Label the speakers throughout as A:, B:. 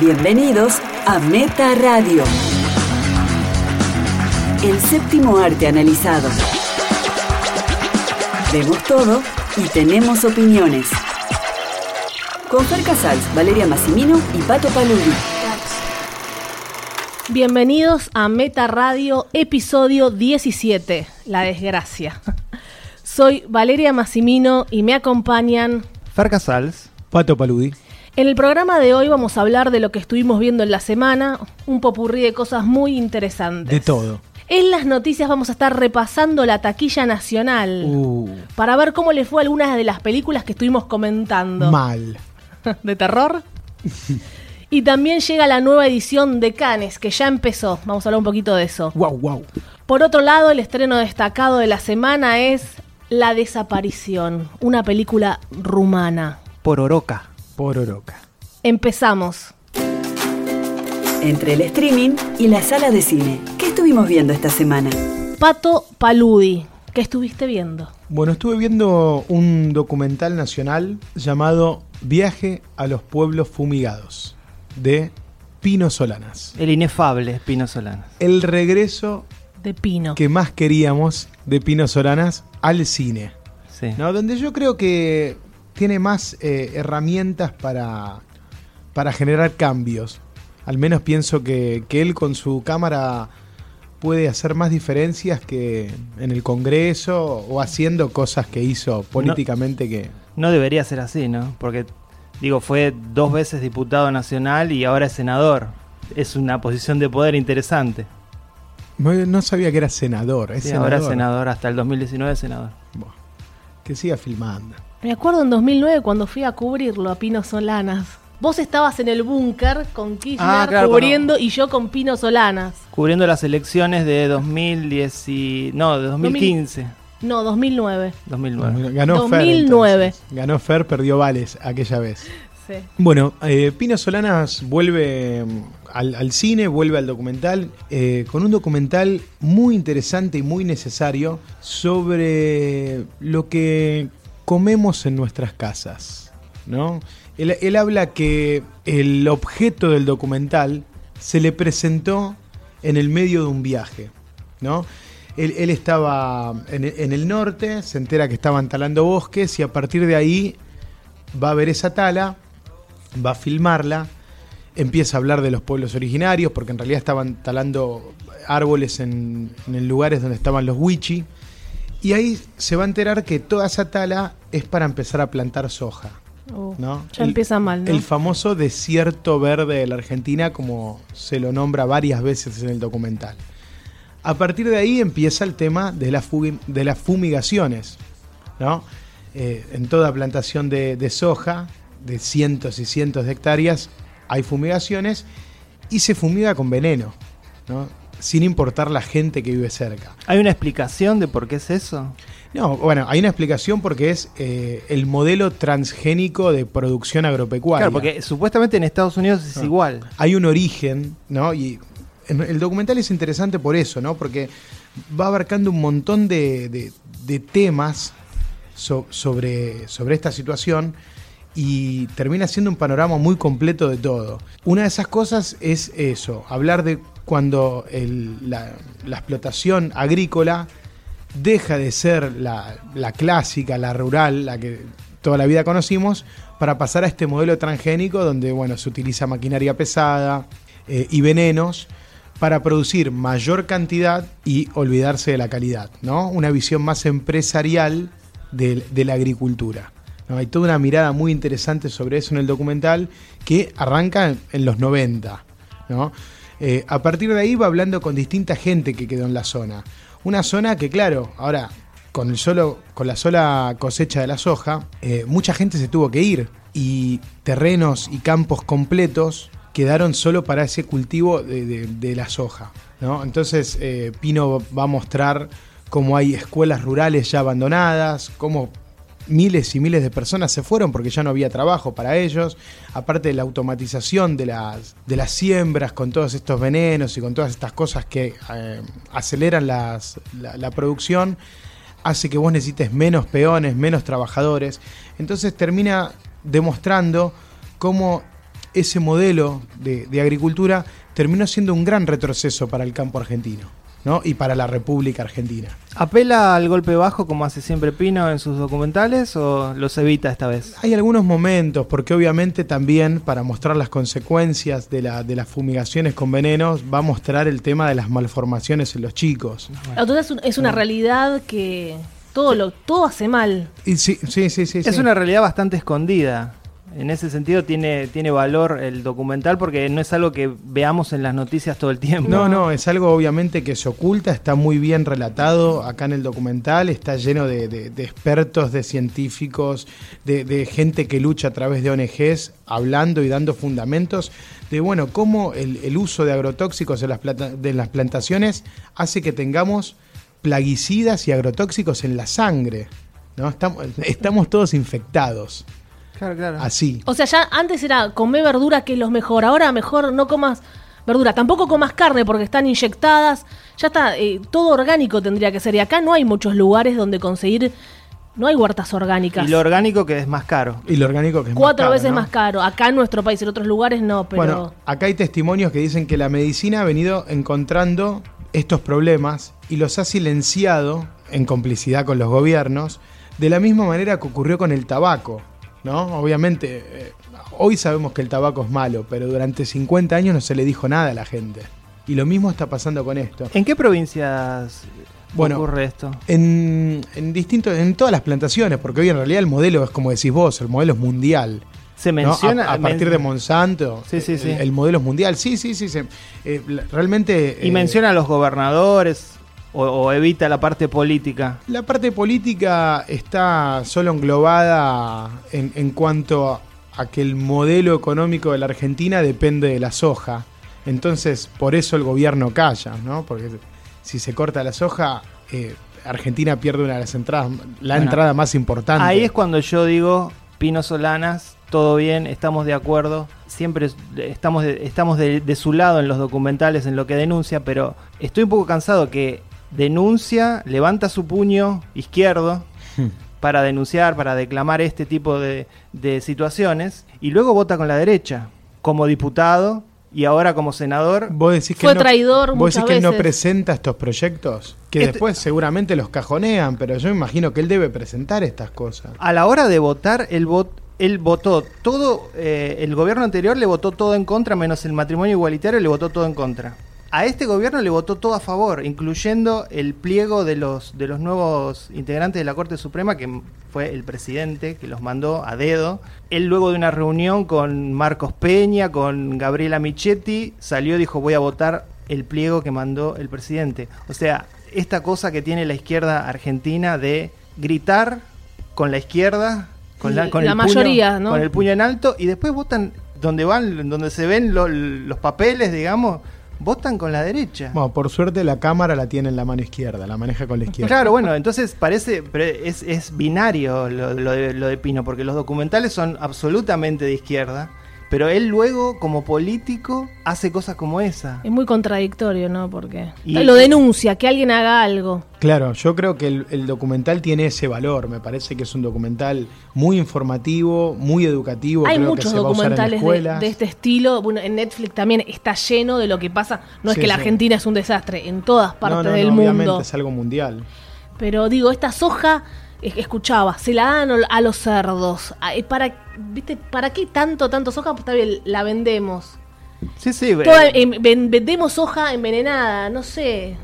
A: Bienvenidos a Meta Radio. El séptimo arte analizado. Vemos todo y tenemos opiniones. Con Fer Casals, Valeria Massimino y Pato Paludi.
B: Bienvenidos a Meta Radio, episodio 17, La desgracia. Soy Valeria Massimino y me acompañan.
C: Fer Casals, Pato Paludi.
B: En el programa de hoy vamos a hablar de lo que estuvimos viendo en la semana, un popurrí de cosas muy interesantes.
C: De todo.
B: En las noticias vamos a estar repasando la taquilla nacional
C: Uh,
B: para ver cómo le fue a algunas de las películas que estuvimos comentando.
C: mal.
B: de terror. Y también llega la nueva edición de Canes, que ya empezó. Vamos a hablar un poquito de eso.
C: Wow, wow.
B: Por otro lado, el estreno destacado de la semana es La desaparición, una película rumana.
C: Por Oroca. Por Oroca.
B: Empezamos.
A: Entre el streaming y la sala de cine. ¿Qué estuvimos viendo esta semana?
B: Pato Paludi, ¿qué estuviste viendo?
D: Bueno, estuve viendo un documental nacional llamado Viaje a los pueblos fumigados de Pino Solanas.
E: El inefable Pino Solanas.
D: El regreso
B: De Pino.
D: que más queríamos de Pino Solanas al cine.
E: Sí.
D: ¿no? Donde yo creo que tiene más eh, herramientas para, para generar cambios. Al menos pienso que, que él con su cámara puede hacer más diferencias que en el Congreso o haciendo cosas que hizo políticamente que...
E: No debería ser así, ¿no? Porque, digo, fue dos veces diputado nacional y ahora es senador. Es una posición de poder interesante.
D: No no sabía que era senador. Es
E: Sí,
D: senador.
E: ahora es senador, hasta el 2019 es senador.
D: Buah, que siga filmando.
B: Me acuerdo en 2009 cuando fui a cubrirlo a Pino Solanas. Vos estabas en el búnker con Kirchner
E: Ah, claro,
B: cubriendo y yo con Pino Solanas.
E: Cubriendo las elecciones de 2010 y- No, de 2015.
B: No, 2009.
E: 2009.
D: Ganó
B: 2009.
D: Fer. entonces. Ganó Fer, perdió Vales aquella vez.
B: Sí.
D: Bueno, eh, Pino Solanas vuelve mm, al, al cine, vuelve al documental, eh, con un documental muy interesante y muy necesario sobre lo que comemos en nuestras casas, ¿no? Él, él habla que el objeto del documental se le presentó en el medio de un viaje, ¿no? Él, él estaba en el- en el norte, se entera que estaban talando bosques y a partir de ahí va a ver esa tala, va a filmarla, empieza a hablar de los pueblos originarios, porque en realidad estaban talando árboles en, en lugares donde estaban los wichi, y ahí se va a enterar que toda esa tala es para empezar a plantar soja.
B: Oh,
D: ¿no?
B: Ya
D: El-
B: empieza mal, ¿no?
D: El famoso desierto verde de la Argentina, como se lo nombra varias veces en el documental. A partir de ahí empieza el tema de, la fugi- de las fumigaciones, ¿no? Eh, en toda plantación de, de soja, de cientos y cientos de hectáreas, hay fumigaciones y se fumiga con veneno, ¿no? Sin importar la gente que vive cerca.
E: ¿Hay una explicación de por qué es eso?
D: No, bueno, hay una explicación porque es eh, el modelo transgénico de producción agropecuaria.
E: Claro, porque supuestamente en Estados Unidos
C: Ah.
E: es igual.
D: hay un origen, ¿no? Y en- el documental es interesante por eso, ¿no? Porque va abarcando un montón de, de- de temas so- sobre, sobre esta situación y termina siendo un panorama muy completo de todo. Una de esas cosas es eso, hablar de cuando el- la, la explotación agrícola deja de ser la, la clásica, la rural, la que toda la vida conocimos, para pasar a este modelo transgénico donde bueno, se utiliza maquinaria pesada eh, y venenos para producir mayor cantidad y olvidarse de la calidad, ¿no? Una visión más empresarial del- de, la agricultura. ¿no? Hay toda una mirada muy interesante sobre eso en el documental que arranca en, en los 90, ¿no? Eh, a partir de ahí va hablando con distinta gente que quedó en la zona. Una zona que, claro, ahora, con, el solo, con la sola cosecha de la soja, eh, mucha gente se tuvo que ir y terrenos y campos completos quedaron solo para ese cultivo de, de- de la soja. ¿no? Entonces, eh, Pino va a mostrar cómo hay escuelas rurales ya abandonadas, cómo miles y miles de personas se fueron porque ya no había trabajo para ellos, aparte de la automatización de las, de las siembras con todos estos venenos y con todas estas cosas que eh, aceleran las- la, la producción, hace que vos necesites menos peones, menos trabajadores, entonces termina demostrando cómo ese modelo de, de agricultura terminó siendo un gran retroceso para el campo argentino ¿no? y para la República Argentina.
E: ¿Apela al golpe bajo como hace siempre Pino en sus documentales o los evita esta vez?
D: Hay algunos momentos, porque obviamente también para mostrar las consecuencias de, la- de las fumigaciones con venenos va a mostrar el tema de las malformaciones en los chicos.
B: Entonces es, un- es una realidad que todo lo todo hace mal.
D: Y sí, sí, sí, sí,
E: Es
D: sí.
E: una realidad bastante escondida. En ese sentido tiene, tiene valor el documental porque no es algo que veamos en las noticias todo el tiempo.
D: No, no, es algo obviamente que se oculta, está muy bien relatado acá en el documental, está lleno de, de- de expertos, de científicos, de, de gente que lucha a través de ONGs, hablando y dando fundamentos de, bueno, cómo el, el uso de agrotóxicos en las, plata- de las plantaciones hace que tengamos plaguicidas y agrotóxicos en la sangre. ¿no? Estamos, estamos todos infectados,
E: Claro, claro.
D: así.
B: O sea, ya antes era comer verdura que es lo mejor, ahora mejor no comas verdura, tampoco comas carne porque están inyectadas, ya está, eh, todo orgánico tendría que ser. Y acá no hay muchos lugares donde conseguir, no hay huertas orgánicas.
E: Y lo orgánico que es más caro.
D: Y lo orgánico que es más
B: Cuatro
D: caro,
B: veces
D: ¿no?
B: más caro. Acá en nuestro país, en otros lugares no, pero...
D: Bueno, acá hay testimonios que dicen que la medicina ha venido encontrando estos problemas y los ha silenciado, en complicidad con los gobiernos, de la misma manera que ocurrió con el tabaco, ¿no? Obviamente, eh, hoy sabemos que el tabaco es malo, pero durante 50 años no se le dijo nada a la gente. Y lo mismo está pasando con esto.
E: ¿En qué provincias
D: Bueno,
E: ocurre esto?
D: En, en distintos, en todas las plantaciones, porque hoy en realidad el modelo es como decís vos, el modelo es mundial.
E: Se
D: ¿no? A-
E: menciona
D: a, partir
E: men-
D: de Monsanto.
E: Sí, sí, sí.
D: El, el modelo es mundial. Sí, sí, sí. se- eh, la- realmente.
E: y
D: eh,
E: menciona a los gobernadores o, o evita la parte política.
D: La parte política está solo englobada en, en cuanto a, a que el modelo económico de la Argentina depende de la soja. Entonces, por eso el gobierno calla, ¿no? Porque si se corta la soja, eh, Argentina pierde una de las entradas, la
E: Bueno,
D: entrada más importante.
E: Ahí es cuando yo digo, Pino Solanas, todo bien, estamos de acuerdo, siempre es- estamos, de, estamos de, de su lado en los documentales, en lo que denuncia, pero estoy un poco cansado que denuncia, levanta su puño izquierdo para denunciar, para declamar este tipo de, de situaciones, y luego vota con la derecha, como diputado y ahora como senador.
D: Vos decís que
B: Fue
D: él no-
B: traidor
D: vos decís
B: muchas
D: que él no
B: veces.
D: presenta estos proyectos, que
E: Este-
D: después seguramente los cajonean, pero yo me imagino que él debe presentar estas cosas.
E: A la hora de votar, él, vot- él votó todo, eh, el gobierno anterior le votó todo en contra, menos el matrimonio igualitario le votó todo en contra. A este gobierno le votó todo a favor, incluyendo el pliego de los, de los nuevos integrantes de la Corte Suprema, que m- fue el presidente que los mandó a dedo. Él luego de una reunión con Marcos Peña, con Gabriela Michetti, salió y dijo voy a votar el pliego que mandó el presidente. O sea, esta cosa que tiene la izquierda argentina de gritar con la izquierda, con la,
B: Sí,
E: con
B: la
E: el
B: mayoría,
E: puño,
B: ¿no?
E: con el puño en alto, y después votan donde van, donde se ven lo- los papeles, digamos, votan con la derecha.
D: Bueno, por suerte la cámara la tiene en la mano izquierda, la maneja con la izquierda.
E: Claro, bueno, entonces parece, pero es, es binario lo, lo de, lo de Pino, porque los documentales son absolutamente de izquierda, pero él luego, como político, hace cosas como esa.
B: Es muy contradictorio, ¿no? Porque
E: Y-
B: lo denuncia, que alguien haga algo.
D: Claro, yo creo que el, el documental tiene ese valor. Me parece que es un documental muy informativo, muy educativo.
B: Hay
D: creo
B: muchos
D: que se va a usar en
B: documentales de,
D: escuelas.
B: de este estilo. Bueno, en Netflix también está lleno de lo que pasa. No es
D: Sí,
B: que la
D: sí.
B: Argentina es un desastre, en todas
D: No,
B: partes
D: no, no,
B: del mundo.
D: Obviamente es algo mundial.
B: Pero digo, esta soja, es- escuchaba, se la dan ol- a los cerdos. A- eh, ¿Para, ¿viste? ¿Para qué tanto, tanto soja? Pues está bien, la vendemos.
E: Sí, sí,
B: Toda-
E: eh,
B: em, ven- vendemos soja envenenada, no sé.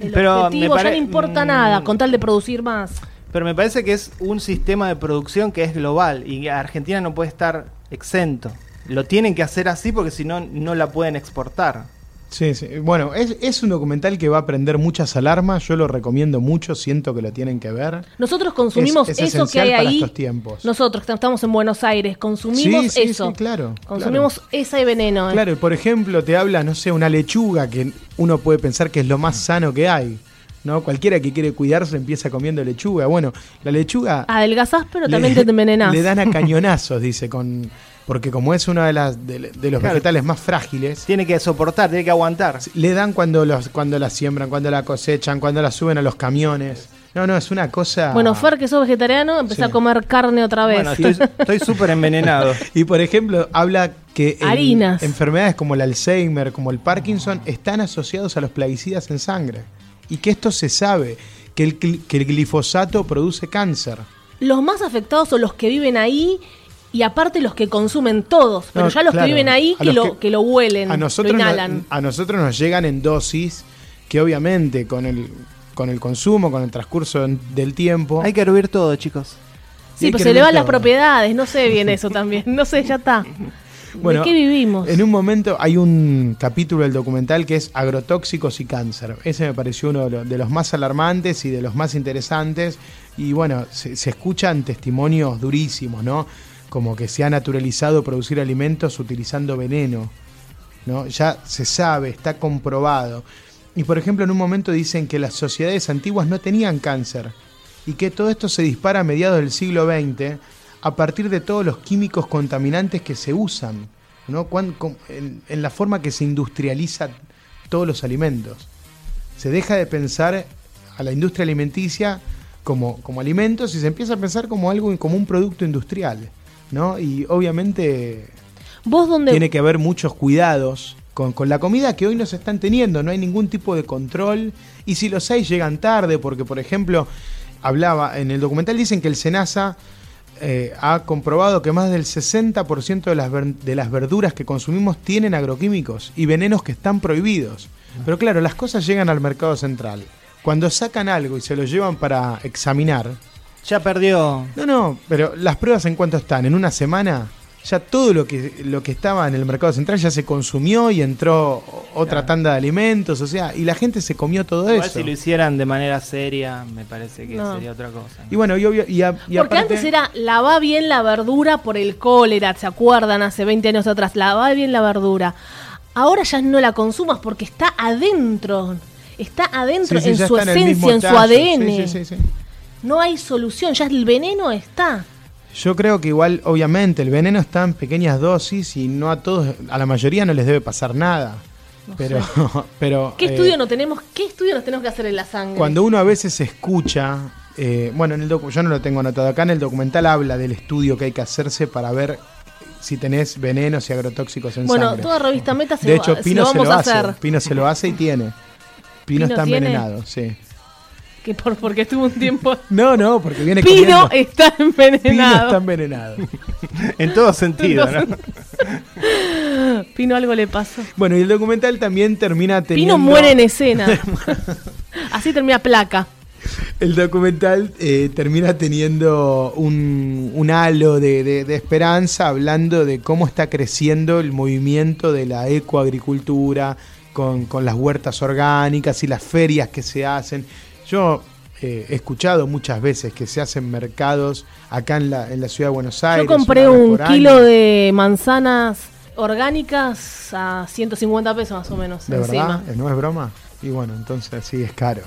B: El
E: Pero me
B: objetivo ya
E: pare-
B: no importa
E: mm.
B: nada, con tal de producir más.
E: Pero me parece que es un sistema de producción que es global y Argentina no puede estar exento. Lo tienen que hacer así porque si no, no la pueden exportar.
D: Sí, sí. Bueno, es, es un documental que va a prender muchas alarmas. Yo lo recomiendo mucho. Siento que lo tienen que ver.
B: Nosotros consumimos
D: Es- es
B: eso que
D: esencial
B: hay
D: para
B: ahí.
D: estos tiempos.
B: Nosotros que estamos en Buenos Aires, consumimos
D: Sí, sí,
B: eso.
D: sí, claro,
B: Consumimos ese veneno. eh.
D: Claro, y por ejemplo, te habla, no sé, una lechuga que uno puede pensar que es lo
B: Mm.
D: más sano que hay. ¿no? Cualquiera que quiere cuidarse empieza comiendo lechuga. Bueno, la lechuga
B: Adelgazás, Ah, pero
D: Le-
B: también te envenenás.
D: Le dan a cañonazos, dice, con porque como es uno de, las, de, de los
E: Claro.
D: vegetales más frágiles,
E: Tiene que soportar, tiene que aguantar.
D: le dan cuando, los, cuando la siembran, cuando la cosechan, cuando la suben a los camiones. No, no, es una cosa...
B: Bueno, Fer, que sos vegetariano, empezó
D: Sí.
B: a comer carne otra vez.
E: Bueno, estoy estoy súper envenenado.
D: Y por ejemplo, habla que en-
B: Harinas.
D: enfermedades como el Alzheimer, como el Parkinson, están asociados a los plaguicidas en sangre. Y que esto se sabe, que el, gli- que el glifosato produce cáncer.
B: Los más afectados son los que viven ahí y aparte los que consumen todos. Pero
D: No,
B: ya los
D: claro.
B: que viven ahí
D: A
B: que
D: los
B: lo, que lo huelen,
D: a nosotros
B: lo
D: no-
B: inhalan.
D: a nosotros nos llegan en dosis que obviamente con el, con el consumo, con el transcurso en- del tiempo...
E: Hay que hervir todo, chicos.
D: y
B: sí,
D: hay
B: pero
D: que
B: se le van las
D: evitarlo.
B: propiedades, no sé bien eso también. No sé, ya está.
D: Bueno,
B: ¿De qué vivimos?
D: En un momento hay un capítulo del documental que es agrotóxicos y cáncer. Ese me pareció uno de lo- de los más alarmantes y de los más interesantes. Y bueno, se, se escuchan testimonios durísimos, ¿no? Como que se ha naturalizado producir alimentos utilizando veneno. ¿no? Ya se sabe, está comprobado. Y por ejemplo, en un momento dicen que las sociedades antiguas no tenían cáncer y que todo esto se dispara a mediados del siglo XX a partir de todos los químicos contaminantes que se usan, ¿no? Cuán- com- en, en la forma que se industrializa todos los alimentos. Se deja de pensar a la industria alimenticia como, como alimentos y se empieza a pensar como algo, como un producto industrial, ¿no? Y obviamente
B: ¿Vos dónde
D: tiene que haber muchos cuidados con, con la comida que hoy no se están teniendo, no hay ningún tipo de control. Y si los hay, llegan tarde, porque por ejemplo, hablaba en el documental, dicen que el SENASA eh, ha comprobado que más del 60% de las, ver- de las verduras que consumimos tienen agroquímicos y venenos que están prohibidos. Pero claro, las cosas llegan al mercado central. Cuando sacan algo y se lo llevan para examinar,
E: Ya perdió.
D: no, no, pero las pruebas en cuánto están, en una semana, ya todo lo que, lo que estaba en el mercado central ya se consumió y entró o- otra tanda de alimentos, o sea, y la gente se comió todo
E: Igual
D: eso.
E: si lo hicieran de manera seria, me parece que
B: No.
E: sería otra cosa.
D: Y bueno, y obvio, y a- y
B: Porque
D: aparte-
B: antes era lavá bien la verdura por el cólera, ¿se acuerdan? Hace 20 años atrás, lavá bien la verdura. Ahora ya no la consumas porque está adentro. Está adentro,
D: Sí, sí,
B: en
D: ya
B: su
D: está el
B: esencia,
D: mismo
B: en, su
D: tallo.
B: ADN.
D: Sí, sí, sí, sí.
B: No hay solución, ya el veneno está.
D: Yo creo que igual, obviamente, el veneno está en pequeñas dosis y no a todos, a la mayoría no les debe pasar nada. pero, pero.
B: ¿Qué
D: eh,
B: estudio no tenemos? ¿Qué estudio nos tenemos que hacer en la sangre?
D: Cuando uno a veces escucha, eh, bueno, en el docu- yo no lo tengo anotado acá, en el documental habla del estudio que hay que hacerse para ver si tenés venenos y agrotóxicos en
B: bueno,
D: sangre.
B: toda revista Meta se,
D: de
B: lo-
D: hecho,
B: se
D: Pino
B: lo
D: se
B: vamos
D: lo
B: a
D: hace.
B: hacer.
D: Pino se lo hace y tiene. Pino,
B: Pino
D: está
B: tiene.
D: envenenado, sí.
B: Que por, porque estuvo un tiempo.
D: No, no, porque viene
B: Pino
D: comiendo.
B: está
D: Pino está
B: envenenado.
D: envenenado.
E: En todo sentido, ¿no?
B: Pino algo le pasó.
D: Bueno, y el documental también termina teniendo...
B: Pino muere en escena. Así termina placa.
D: El documental eh, termina teniendo un, un halo de, de- de esperanza hablando de cómo está creciendo el movimiento de la ecoagricultura con, con las huertas orgánicas y las ferias que se hacen. Yo eh, he escuchado muchas veces que se hacen mercados acá en la, en la ciudad de Buenos Aires.
B: Yo compré
D: una vez
B: un
D: por
B: kilo
D: año.
B: de manzanas orgánicas a 150 pesos más o menos.
D: ¿De
B: encima.
D: verdad? Eh, ¿No es broma? Y bueno, entonces sí, es caro.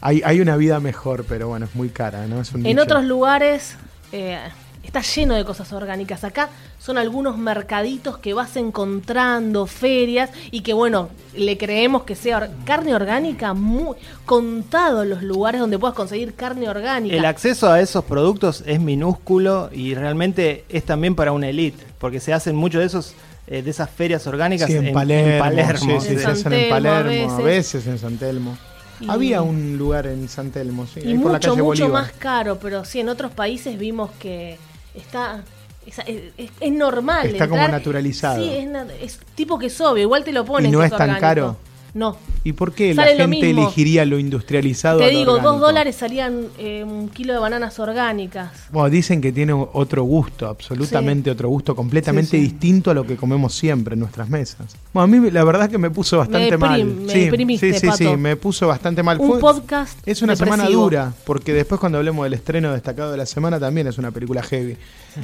D: Hay, hay una vida mejor, pero bueno, es muy cara, ¿no? Es un
B: En
D: nicho.
B: otros lugares eh, está lleno de cosas orgánicas. Acá son algunos mercaditos que vas encontrando, ferias, y que bueno, le creemos que sea or- carne orgánica, muy contado los lugares donde puedas conseguir carne orgánica.
E: El acceso a esos productos es minúsculo y realmente es también para una elite, porque se hacen muchos de esos eh, de esas ferias orgánicas
D: Sí, en, Palermo.
E: Palermo.
D: sí,
B: En
D: sí, se
B: San
D: hacen en
B: Telmo, a
D: Palermo, a
B: veces.
D: veces en San Telmo.
B: Y-
D: Había un lugar en San Telmo, sí,
B: Y
D: ahí eh, por la
B: mucho,
D: calle
B: mucho
D: Bolívar.
B: más caro, pero sí, en otros países vimos que está... Es, es- es normal.
D: Está como
B: entrar-
D: naturalizado.
B: Sí, es, na- es tipo que es obvio, igual te lo ponen.
D: no
B: que
D: es tan
B: orgánico.
D: caro?
B: No.
D: ¿Y por qué la
B: Sale lo
D: gente
B: mismo.
D: elegiría lo industrializado? a
B: Te
D: lo
B: digo, dos
D: orgánico?
B: dólares salían eh, un kilo de bananas orgánicas.
D: Bueno, dicen que tiene otro gusto, absolutamente otro gusto, completamente distinto a lo que comemos siempre en nuestras mesas. Bueno, a mí la verdad que me puso bastante
B: deprim-
D: mal.
B: me
D: sí,
B: deprimiste,
D: sí, sí, sí,
B: Pato.
D: me puso bastante mal.
B: Un
D: Fue-
B: podcast
D: Es una semana
B: depresivo.
D: dura, porque después cuando hablemos del estreno destacado de la semana también es una película heavy.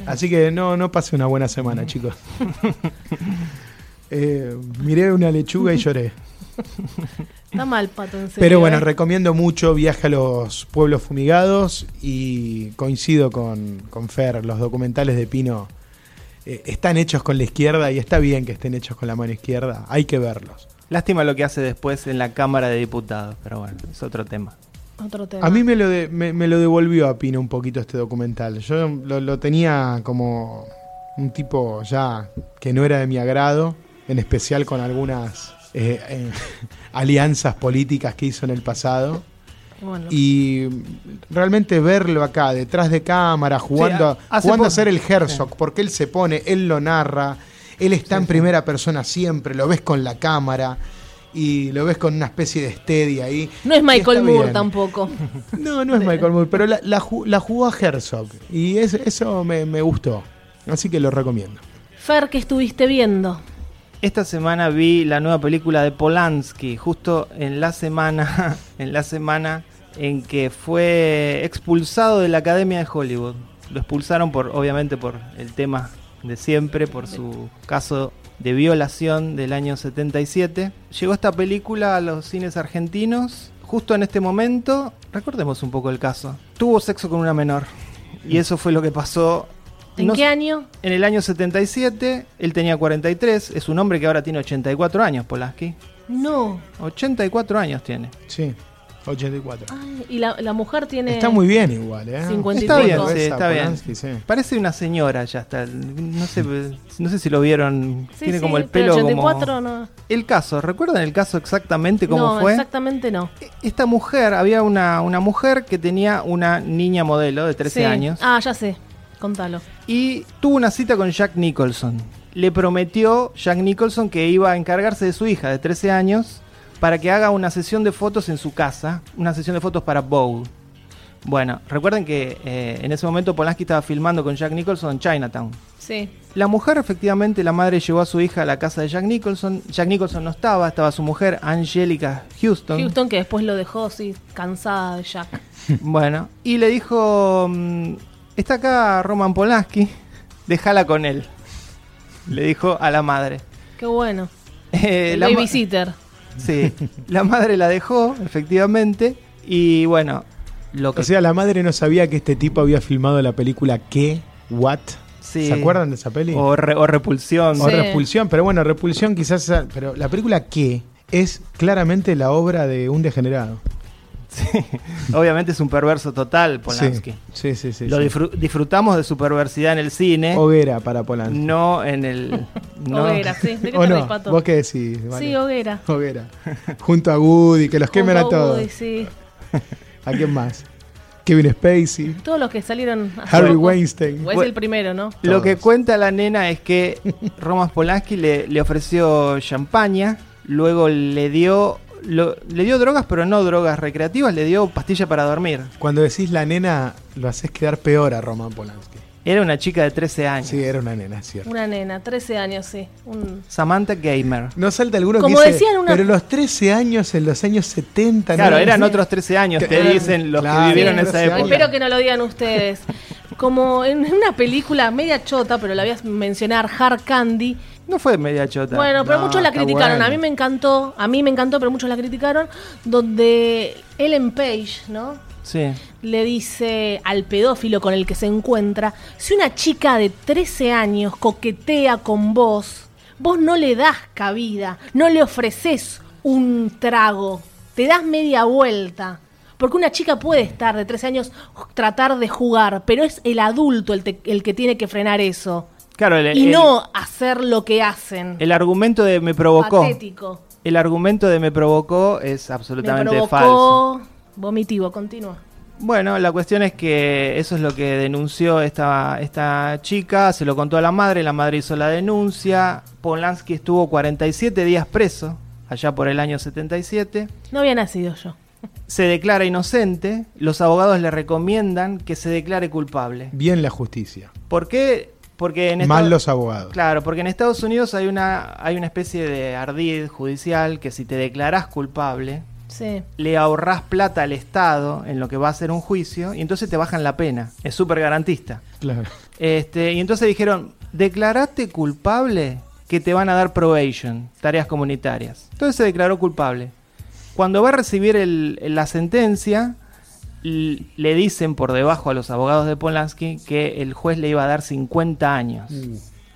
D: Así que no, no pase una buena semana, chicos. Eh, miré una lechuga y lloré.
B: Está mal, pato, en serio.
D: Pero bueno,
B: ¿eh?
D: recomiendo mucho Viaje a los Pueblos Fumigados y coincido con, con Fer, los documentales de Pino eh, están hechos con la izquierda y está bien que estén hechos con la mano izquierda, hay que verlos.
E: Lástima lo que hace después en la Cámara de Diputados, pero bueno, es otro tema.
B: Otro tema.
D: A mí me lo, de- me, me lo devolvió a Pino un poquito este documental. Yo lo, lo tenía como un tipo ya que no era de mi agrado, en especial con algunas eh, eh, alianzas políticas que hizo en el pasado.
B: Bueno.
D: Y realmente verlo acá, detrás de cámara, jugando,
E: Sí, a-
D: a,
E: hace
D: jugando
E: poco.
D: a ser el Herzog, porque él se pone, él lo narra, él está en primera persona siempre, lo ves con la cámara y lo ves con una especie de steady ahí.
B: No es
D: y
B: Michael
D: está
B: Moore
D: bien.
B: tampoco.
D: No, no es Michael Moore, pero la, la, ju- la jugó a Herzog y es- eso me, me gustó. Así que lo recomiendo.
B: Fer, ¿qué estuviste viendo?
E: Esta semana vi la nueva película de Polanski, justo en la semana, en la semana en que fue expulsado de la Academia de Hollywood. Lo expulsaron por, obviamente, por el tema de siempre, por su caso de violación del año 77. Llegó esta película a los cines argentinos. Justo en este momento, recordemos un poco el caso. Tuvo sexo con una menor. Y eso fue lo que pasó.
B: Mm. ¿En
E: No
B: qué año?
E: en el año 77, él tenía 43, es un hombre que ahora tiene 84 años, Polaski.
B: No.
E: 84 años tiene.
D: Sí, 84.
B: Ay, y la, la mujer Ah, tiene.
D: Está muy bien igual, ¿eh?
B: 50 y
E: Está bien,
B: pico.
E: sí,
D: Esa
E: está bien.
D: Polanski, sí.
E: Parece una señora ya está. No sé, no sé si lo vieron.
B: Sí,
E: tiene
B: sí,
E: como el
B: pero
E: pelo
B: 84
E: como...
B: no.
E: El caso, ¿recuerdan el caso exactamente cómo
B: no,
E: fue? E,
B: exactamente no.
E: Esta mujer, había una, una mujer que tenía una niña modelo de 13
B: Sí.
E: años.
B: Ah, ya sé. Contalo.
E: y tuvo una cita con Jack Nicholson. Le prometió Jack Nicholson que iba a encargarse de su hija de 13 años para que haga una sesión de fotos en su casa, una sesión de fotos para Bow. Bueno, recuerden que eh, en ese momento Polanski estaba filmando con Jack Nicholson en Chinatown.
B: Sí.
E: La mujer, efectivamente, la madre llevó a su hija a la casa de Jack Nicholson. Jack Nicholson no estaba, estaba su mujer, Angélica
B: Houston que después lo dejó sí, cansada de Jack.
E: Bueno, y le dijo, mm, está acá Roman Polanski, déjala con él. Le dijo a la madre.
B: Qué bueno.
E: Eh,
B: El
E: la ma-
B: babysitter.
E: Sí, la madre la dejó, efectivamente, y bueno, lo que...
D: O sea, la madre no sabía que este tipo había filmado la película ¿Qué? ¿What?
E: sí.
D: ¿Se acuerdan de esa peli? O,
E: O, re- o repulsión.
B: Sí.
D: Repulsión, pero bueno, Repulsión quizás... sea- Pero la película ¿Qué? Es claramente la obra de un degenerado.
E: Obviamente es un perverso total, Polanski.
D: Sí, sí, sí. sí,
E: Lo
D: sí.
E: disfru- disfrutamos de su perversidad en el cine,
D: Hoguera para Polanski.
E: no en el... no-
B: Hoguera, sí. ¿De qué
D: ¿O
B: te
D: no?
B: reís, Pato?
D: ¿Vos qué decís? Vale?
B: Sí, hoguera.
D: Hoguera. Junto a Woody, que los quemen a
B: Junto
D: todos.
B: Woody, sí.
D: ¿A quién más? Kevin Spacey,
B: Todos los que salieron. hace
D: Harry
B: poco.
D: Weinstein.
B: O es el primero, ¿no?
E: Lo
D: Todos.
E: que cuenta la nena es que Roman Polanski le, le ofreció champaña, luego le dio lo- le dio drogas, pero no drogas recreativas, le dio pastilla para dormir.
D: Cuando decís la nena, lo haces quedar peor a Roman Polanski.
E: Era una chica de 13 años.
D: Sí, era una nena, es cierto.
B: Una nena, 13 años, sí. Un-
E: Samantha Gamer.
D: No salta alguno
B: Como
D: que dice,
B: decían una-
D: pero los 13 años en los años 70. ¿no?
E: Claro, eran
D: Sí.
E: otros 13 años, te
D: Claro.
E: dicen los que
D: Claro,
E: vivieron esa
D: 13 años.
E: época.
B: Espero que no lo digan ustedes. Como en una película media chota, pero la voy a mencionar, Hard Candy.
E: No fue media chota.
B: Bueno, pero
D: No,
B: muchos la
D: está
B: criticaron. A
D: bueno.
B: mí me encantó, a mí me encantó, pero muchos la criticaron. Donde Ellen Page, ¿no?
E: Sí.
B: le dice al pedófilo con el que se encuentra, si una chica de 13 años coquetea con vos, vos no le das cabida, no le ofreces un trago, te das media vuelta. Porque una chica puede estar de 13 años tratar de jugar, pero es el adulto el, te- el que tiene que frenar eso.
E: Claro, el,
B: Y
E: el-
B: no hacer lo que hacen.
E: el argumento de me provocó.
B: Patético.
E: El argumento de me provocó es
B: Me
E: absolutamente
B: provocó
E: falso.
B: vomitivo, continúa.
E: Bueno, la cuestión es que eso es lo que denunció esta, esta chica, se lo contó a la madre, la madre hizo la denuncia, Polanski estuvo 47 días preso, allá por el año 77,
B: No había nacido yo.
E: se declara inocente, los abogados le recomiendan que se declare culpable.
D: Bien la justicia.
E: ¿Por qué? Porque en
D: Mal
E: Estados-
D: los abogados.
E: Claro, porque en Estados Unidos hay una, hay una especie de ardid judicial que si te declarás culpable,
B: Sí.
E: le ahorrás plata al Estado en lo que va a ser un juicio y entonces te bajan la pena. Es súper garantista.
D: Claro.
E: Este, y entonces dijeron, declarate culpable que te van a dar probation, tareas comunitarias. Entonces se declaró culpable. Cuando va a recibir el- la sentencia, l- le dicen por debajo a los abogados de Polanski que el juez le iba a dar 50 años.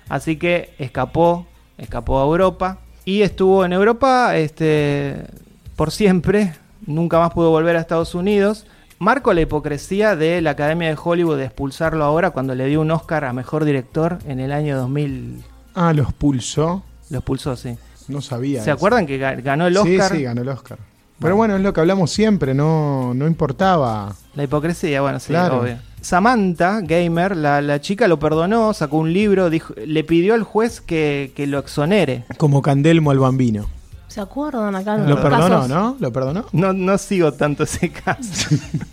E: Así que escapó, escapó a Europa y estuvo en Europa este, por siempre. Nunca más pudo volver a Estados Unidos. Marco la hipocresía de la Academia de Hollywood de expulsarlo ahora cuando le dio un Oscar a Mejor Director en el año 2000.
D: Ah, los pulsó.
E: Lo expulsó, sí.
D: No sabía.
E: ¿Se
D: eso.
E: acuerdan que ga- ganó el Oscar?
D: Sí, sí, ganó el Oscar. Pero bueno, es lo que hablamos siempre, no, no importaba.
E: La hipocresía, bueno, sí,
D: Claro.
E: obvio. Samantha, gamer, la, la chica lo perdonó, sacó un libro, dijo, le pidió al juez que, que lo exonere.
D: Como Candelmo al bambino.
B: ¿Se acuerdan acá? de
D: Lo
B: Ah, los
D: perdonó,
B: casos?
D: ¿no? Lo perdonó.
E: No, no sigo tanto ese caso.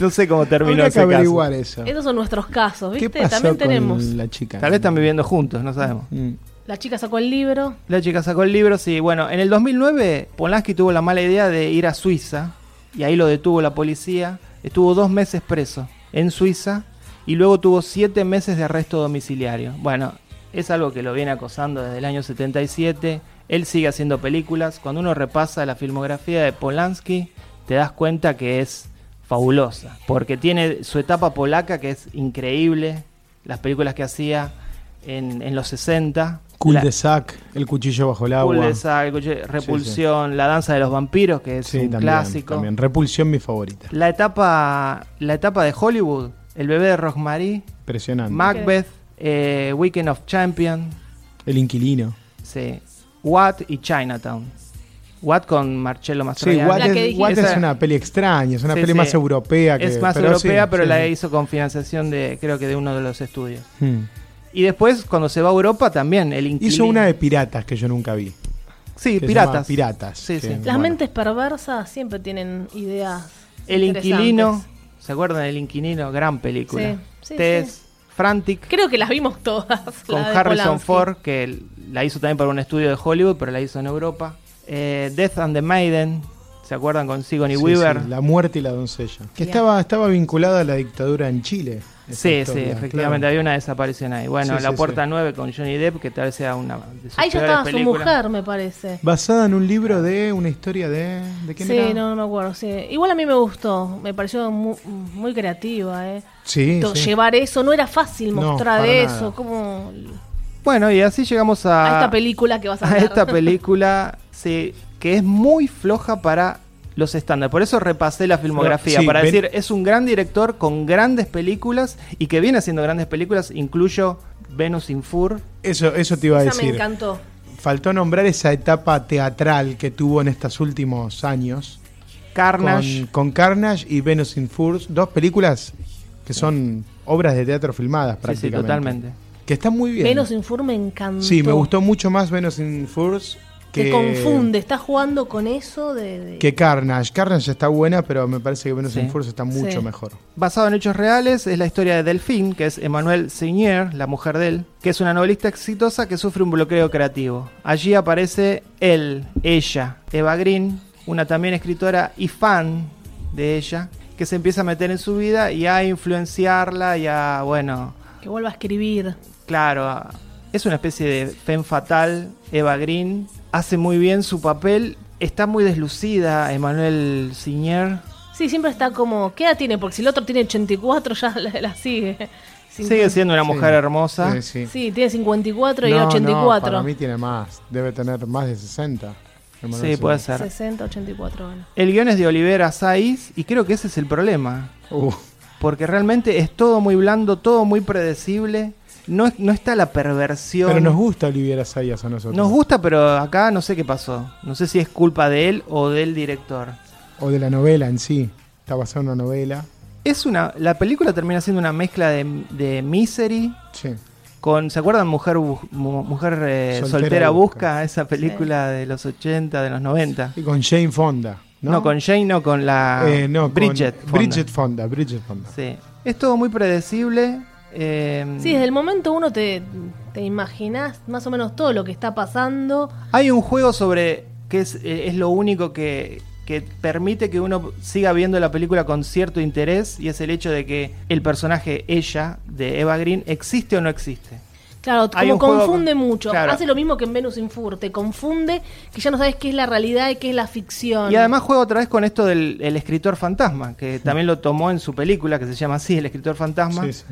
E: no sé cómo terminó
D: Habría que
E: ese caso.
D: averiguar eso.
B: Esos son nuestros casos, ¿viste?
D: ¿Qué pasó
B: También
D: con
B: tenemos.
D: la chica?
E: Tal vez están viviendo juntos, no sabemos.
D: Mm.
B: La chica sacó el libro.
E: La chica sacó el libro, sí. Bueno, en el 2009 Polanski tuvo la mala idea de ir a Suiza y ahí lo detuvo la policía. Estuvo dos meses preso en Suiza y luego tuvo siete meses de arresto domiciliario. Bueno, es algo que lo viene acosando desde el año 77. Él sigue haciendo películas. Cuando uno repasa la filmografía de Polanski, te das cuenta que es fabulosa. Porque tiene su etapa polaca que es increíble. Las películas que hacía en, en los 60.
D: Cool
E: La-
D: de sac, el cuchillo bajo el agua.
E: Pool de Sal, escuché, Repulsión, La Danza de los Vampiros, que es
D: Sí,
E: un
D: también,
E: clásico.
D: también. Repulsión mi favorita.
E: La etapa la etapa de Hollywood, El bebé de Rosemary,
D: Impresionante.
E: Macbeth, eh, Weekend of Champions,
D: el inquilino.
E: sí, What y Chinatown. What con Marcello
D: Sí,
E: Mastroianni.
D: What,
B: La que
D: es,
B: dijiste.
D: What es
E: Esa-
D: una peli extraña, es una
E: Sí,
D: peli
E: sí.
D: más europea. Que,
E: es más
D: pero sí,
E: europea, pero
D: sí.
E: la hizo con financiación de creo que de uno de los estudios.
D: Mm.
E: Y después cuando se va a Europa también, el inquilino.
D: Hizo una de piratas que yo nunca vi.
E: Sí,
D: que se llama
E: piratas.
D: Piratas,
E: Sí,
D: que-
E: sí.
B: Las
D: Bueno.
B: mentes perversas siempre tienen ideas.
E: El
B: interesantes.
E: inquilino, ¿se acuerdan del inquilino? Gran película.
B: Sí, sí,
E: Tess,
B: sí.
E: Frantic,
B: Creo que las vimos todas.
E: con
B: la de
E: Harrison
B: Polanski.
E: Ford, que l- la hizo también para un estudio de Hollywood, pero la hizo en Europa. Eh, Death and the Maiden, ¿se acuerdan con Sigourney
D: Sí,
E: Weaver?
D: sí,
E: Sí,
D: la muerte y la doncella. Que
B: Bien.
D: estaba, estaba vinculada a la dictadura en Chile. esa
E: sí,
D: historia, claro.
E: efectivamente, había una desaparición ahí. Bueno,
D: Sí,
E: La
D: sí,
E: Puerta
D: sí.
E: 9 con Johnny Depp, que tal vez sea una de sus
B: Ahí ya
E: peores
B: estaba su
E: películas.
B: mujer, me parece.
D: Basada en un libro de una historia de. ¿De quién
B: Sí,
D: era?
B: no, no me acuerdo. sí. Igual a mí me gustó. Me pareció mu- muy, creativa, ¿eh?
D: Sí,
B: To-
D: sí.
B: Llevar eso, no era fácil
D: No,
B: mostrar
D: para
B: eso.
D: nada. Ah,
B: Como
E: Bueno, y así llegamos
B: a
E: a,
B: esta película que vas a
E: a
B: ver.
E: esta película, sí, que es muy floja para los estándares. Por eso repasé la filmografía,
D: Sí,
E: para
D: ven-
E: decir, es un gran director con grandes películas y que viene haciendo grandes películas, incluyo Venus in Fur.
D: Eso, eso te iba a
B: Esa me
D: decir.
B: encantó.
D: Faltó nombrar esa etapa teatral que tuvo en estos últimos años.
E: Carnage.
D: Con, con Carnage y Venus in Furs, dos películas que son obras de teatro filmadas
E: Sí, sí,
D: prácticamente.
E: totalmente.
D: Que están muy bien.
B: Venus in Fur me encantó.
D: Sí, me gustó mucho más Venus in Furs que.
B: Te confunde, estás jugando con eso de. de-
D: Que Carnage. Carnage está buena, pero me parece que Venus
E: Sí.
D: in Furs está mucho
B: Sí.
D: mejor.
E: Basado en hechos reales, es la historia de Delphine, que es Emmanuel Seigner, la mujer de él, que es una novelista exitosa que sufre un bloqueo creativo. Allí aparece él, ella, Eva Green, una también escritora y fan de ella, que se empieza a meter en su vida y a influenciarla y a, bueno,
B: que vuelva a escribir.
E: Claro, a- es una especie de fen fatal, Eva Green. Hace muy bien su papel. Está muy deslucida Emanuel Signer.
B: Sí, siempre está como. ¿Qué edad tiene? Porque si el otro tiene 84, ya la, la sigue.
E: Sigue siendo una
D: Sí.
E: mujer hermosa.
D: Sí, sí.
B: Sí, tiene 54 y
D: No, no,
B: 84.
D: para mí tiene más. Debe tener más de 60. hermano
E: Sí,
D: Silva.
E: puede ser.
B: 60, 84 bueno.
E: El guión es de Olivera Saiz y creo que ese es el problema.
D: Uh,
E: Porque realmente es todo muy blando, todo muy predecible. No, es- no está la perversión.
D: pero nos gusta Oliviera Sayas a nosotros.
E: Nos gusta, pero acá no sé qué pasó. No sé si es culpa de él o del director.
D: O de la novela en sí. Está basada en una novela.
E: Es una, la película termina siendo una mezcla de, de Misery,
D: Sí.
E: Con, ¿Se acuerdan Mujer, Bu- Mu- mujer eh, soltera,
D: Soltera
E: busca?
D: Busca?
E: Esa película de los 80, de los 90.
D: Y con Jane Fonda.
E: No,
D: No,
E: con Jane, no con la
D: Eh, no, con
E: Ah, Bridget. Fonda.
D: Bridget Fonda. Bridget Fonda.
E: Sí. Es todo muy predecible. eh,
B: Sí, desde el momento uno te, te imaginas más o menos todo lo que está pasando.
E: Hay un juego sobre que es, eh, es lo único que, que permite que uno siga viendo la película con cierto interés y es el hecho de que el personaje, ella, de Eva Green, existe o no existe.
B: Claro,
E: Hay
B: como
E: un juego-
B: confunde mucho.
E: claro.
B: Hace lo mismo que en Venus in Fur, te confunde que ya no sabes qué es la realidad y qué es la ficción.
E: Y además juega otra vez con esto del el escritor fantasma, que también lo tomó en su película, que se llama así, El escritor fantasma.
D: Sí, sí.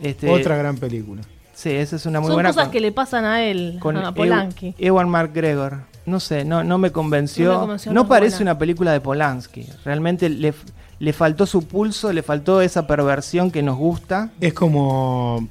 E: Este,
D: Otra gran película.
E: Sí, esa es una muy
B: son
E: buena.
B: cosas
E: con-
B: que le pasan a él,
E: con
B: a
E: Ew-
B: Ah, Polanski.
E: Ewan McGregor. No sé, no, no me convenció.
B: No
E: No,
B: me convenció, no es
E: parece
B: buena.
E: una película de Polanski. Realmente le, f- le faltó su pulso, le faltó esa perversión que nos gusta.
D: Es como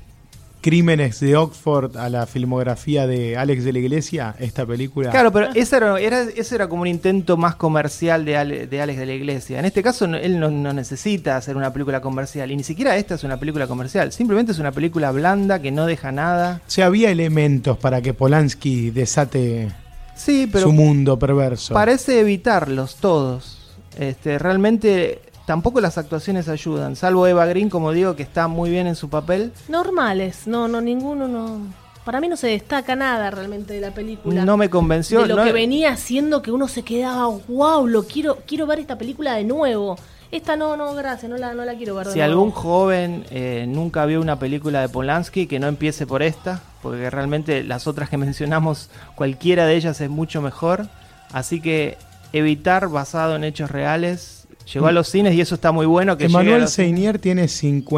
D: Crímenes de Oxford a la filmografía de Alex de la Iglesia, esta película.
E: Claro, pero ese era, era- ese era como un intento más comercial de, Ale- de Alex de la Iglesia. En este caso, no- él no, no necesita hacer una película comercial. Y ni siquiera esta es una película comercial. Simplemente es una película blanda que no deja nada.
D: O sea, había elementos para que Polanski desate
E: Sí, pero
D: su mundo perverso.
E: parece evitarlos todos. Este, realmente tampoco las actuaciones ayudan. Salvo Eva Green, como digo, que está muy bien en su papel.
B: Normales, no, no, ninguno no. Para mí no se destaca nada realmente de la película.
E: No me convenció.
B: de lo
E: no-
B: que venía haciendo que uno se quedaba, wow, lo quiero, quiero ver esta película de nuevo. Esta no, no, gracias, no la, no la quiero ver. de
E: Si
B: nuevo.
E: algún joven eh, nunca vio una película de Polanski, que no empiece por esta, porque realmente las otras que mencionamos, cualquiera de ellas es mucho mejor. Así que evitar basado en hechos reales. Llegó a los cines y eso está muy bueno. Que llegue a
D: Mm. Emanuel
E: los-
D: Seinier tiene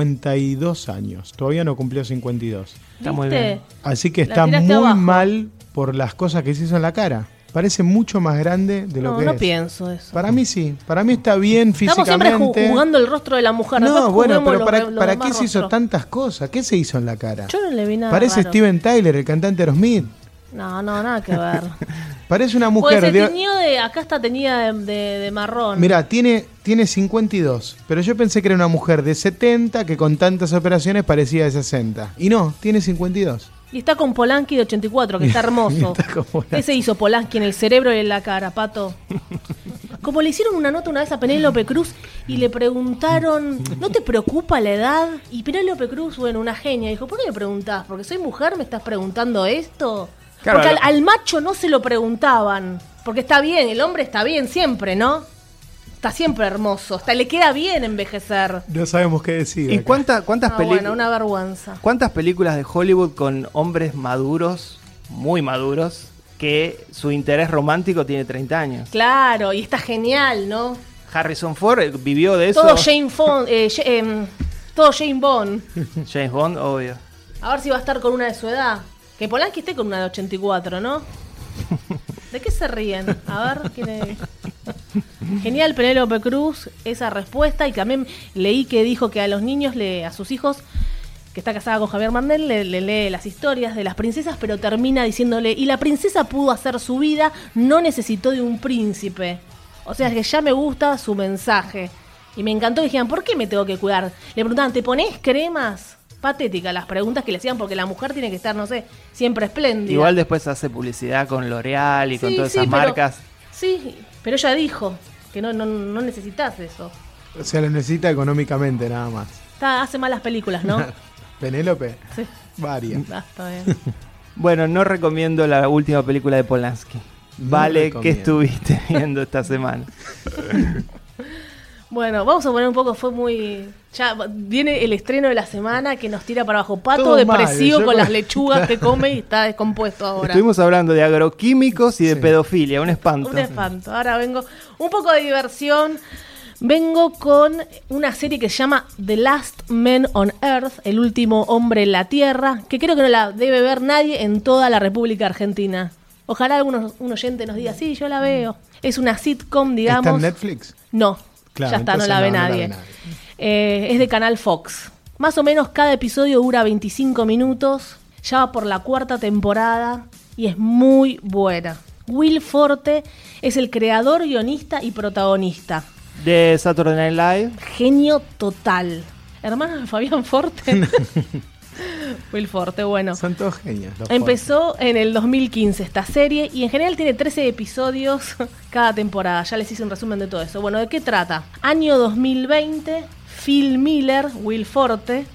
D: 52 años, todavía no cumplió 52.
E: Está muy
B: ¿Viste?
E: bien.
D: Así que
B: La
D: está
B: tiraste
D: muy
B: abajo.
D: mal por las cosas que se hizo en la cara. Parece mucho más grande de lo
B: No,
D: que
B: no
D: es.
B: pienso eso.
D: Para mí sí, para mí está bien
B: Estamos siempre ju-
D: físicamente.
B: jugando el rostro de la mujer.
D: no,
B: después
D: bueno,
B: juguemos
D: pero
B: los
D: ¿para,
B: re- los
D: para qué
B: demás
D: se hizo
B: rostros.
D: tantas cosas? ¿Qué se hizo en la cara?
B: Yo no le vi nada.
D: Parece
B: raro.
D: Steven Tyler, el cantante de Smith.
B: No, no, nada que ver.
D: Parece una
B: pues
D: mujer
B: se
D: de...
B: teñió de. Acá está teñida de, de- de marrón.
D: Mira, tiene, tiene 52, pero yo pensé que era una mujer de 70 que con tantas operaciones parecía de 60. Y no, tiene 52.
B: Y está con Polanski de 84, que está hermoso.
D: Está como la-
B: ¿Qué se hizo Polanski en el cerebro y en la cara, pato? Como le hicieron una nota una vez a Penélope Cruz y le preguntaron, ¿no te preocupa la edad? Y Penélope Cruz, bueno, una genia, dijo, ¿por qué me preguntás? ¿Porque soy mujer? ¿Me estás preguntando esto?
E: Claro,
B: porque al,
E: lo-
B: al macho no se lo preguntaban. Porque está bien, el hombre está bien siempre, ¿no? Está siempre hermoso, hasta le queda bien envejecer.
D: No sabemos qué decir.
E: ¿Y
D: acá.
E: cuánta- cuántas,
B: Ah,
E: peli-
B: bueno, una vergüenza.
E: cuántas películas de Hollywood con hombres maduros, muy maduros, que su interés romántico tiene 30 años?
B: Claro, y está genial, ¿no?
E: Harrison Ford eh, vivió de eso.
B: Todo Jane Fon- eh, Ja- em, todo Jane Bond.
E: James Bond, obvio.
B: A ver si va a estar con una de su edad. Que Polanqui esté con una de 84, ¿no? ¿De qué se ríen? A ver, ¿quién es? Genial Penélope Cruz, esa respuesta. Y también leí que dijo que a los niños, le, a sus hijos, que está casada con Javier Mandel, le, le lee las historias de las princesas, pero termina diciéndole, y la princesa pudo hacer su vida, no necesitó de un príncipe. O sea, que ya me gusta su mensaje. Y me encantó que dijeran, ¿por qué me tengo que cuidar? Le preguntaban, ¿te pones cremas? Patética las preguntas que le hacían, porque la mujer tiene que estar, no sé, siempre espléndida.
E: Igual después hace publicidad con L'Oreal y con
B: Sí,
E: todas
B: sí,
E: esas
B: pero-
E: marcas.
B: Sí, pero ella dijo que no, no, no necesitas eso.
D: O sea, lo necesita económicamente nada más.
B: Está, hace malas películas, ¿no?
D: Penélope,
B: Sí.
D: varias.
B: Ah, está bien.
E: Bueno, no recomiendo la última película de Polanski.
D: No
E: Vale,
D: recomiendo.
E: ¿qué estuviste viendo esta semana?
B: Bueno, vamos a poner un poco, fue muy... Ya viene el estreno de la semana que nos tira para abajo. Pato
D: Todo mal,
B: depresivo con
D: yo con-
B: las lechugas que come y está descompuesto ahora.
E: Estuvimos hablando de agroquímicos y de
D: Sí.
E: pedofilia, un espanto.
B: Un espanto. Ahora vengo un poco de diversión. Vengo con una serie que se llama The Last Man on Earth, el último hombre en la Tierra, que creo que no la debe ver nadie en toda la República Argentina. Ojalá algunos, un oyente nos diga, sí, yo la veo. Es una sitcom, digamos.
D: ¿Está en Netflix?
B: No,
D: Claro,
B: ya está, no
D: entonces
B: la ve
D: no, no la
B: nadie.
D: ve nadie.
B: Eh, es de Canal Fox. Más o menos cada episodio dura 25 minutos, ya va por la cuarta temporada y es muy buena. Will Forte es el creador, guionista y protagonista.
E: De Saturday Night Live.
B: Genio total. Hermano de Fabián Forte. Will Forte, bueno.
D: Son todos genios. los
B: Empezó en el 2015 esta serie y en general tiene 13 episodios cada temporada. Ya les hice un resumen de todo eso. Bueno, ¿de qué trata? Año 2020, Phil Miller, Will Forte,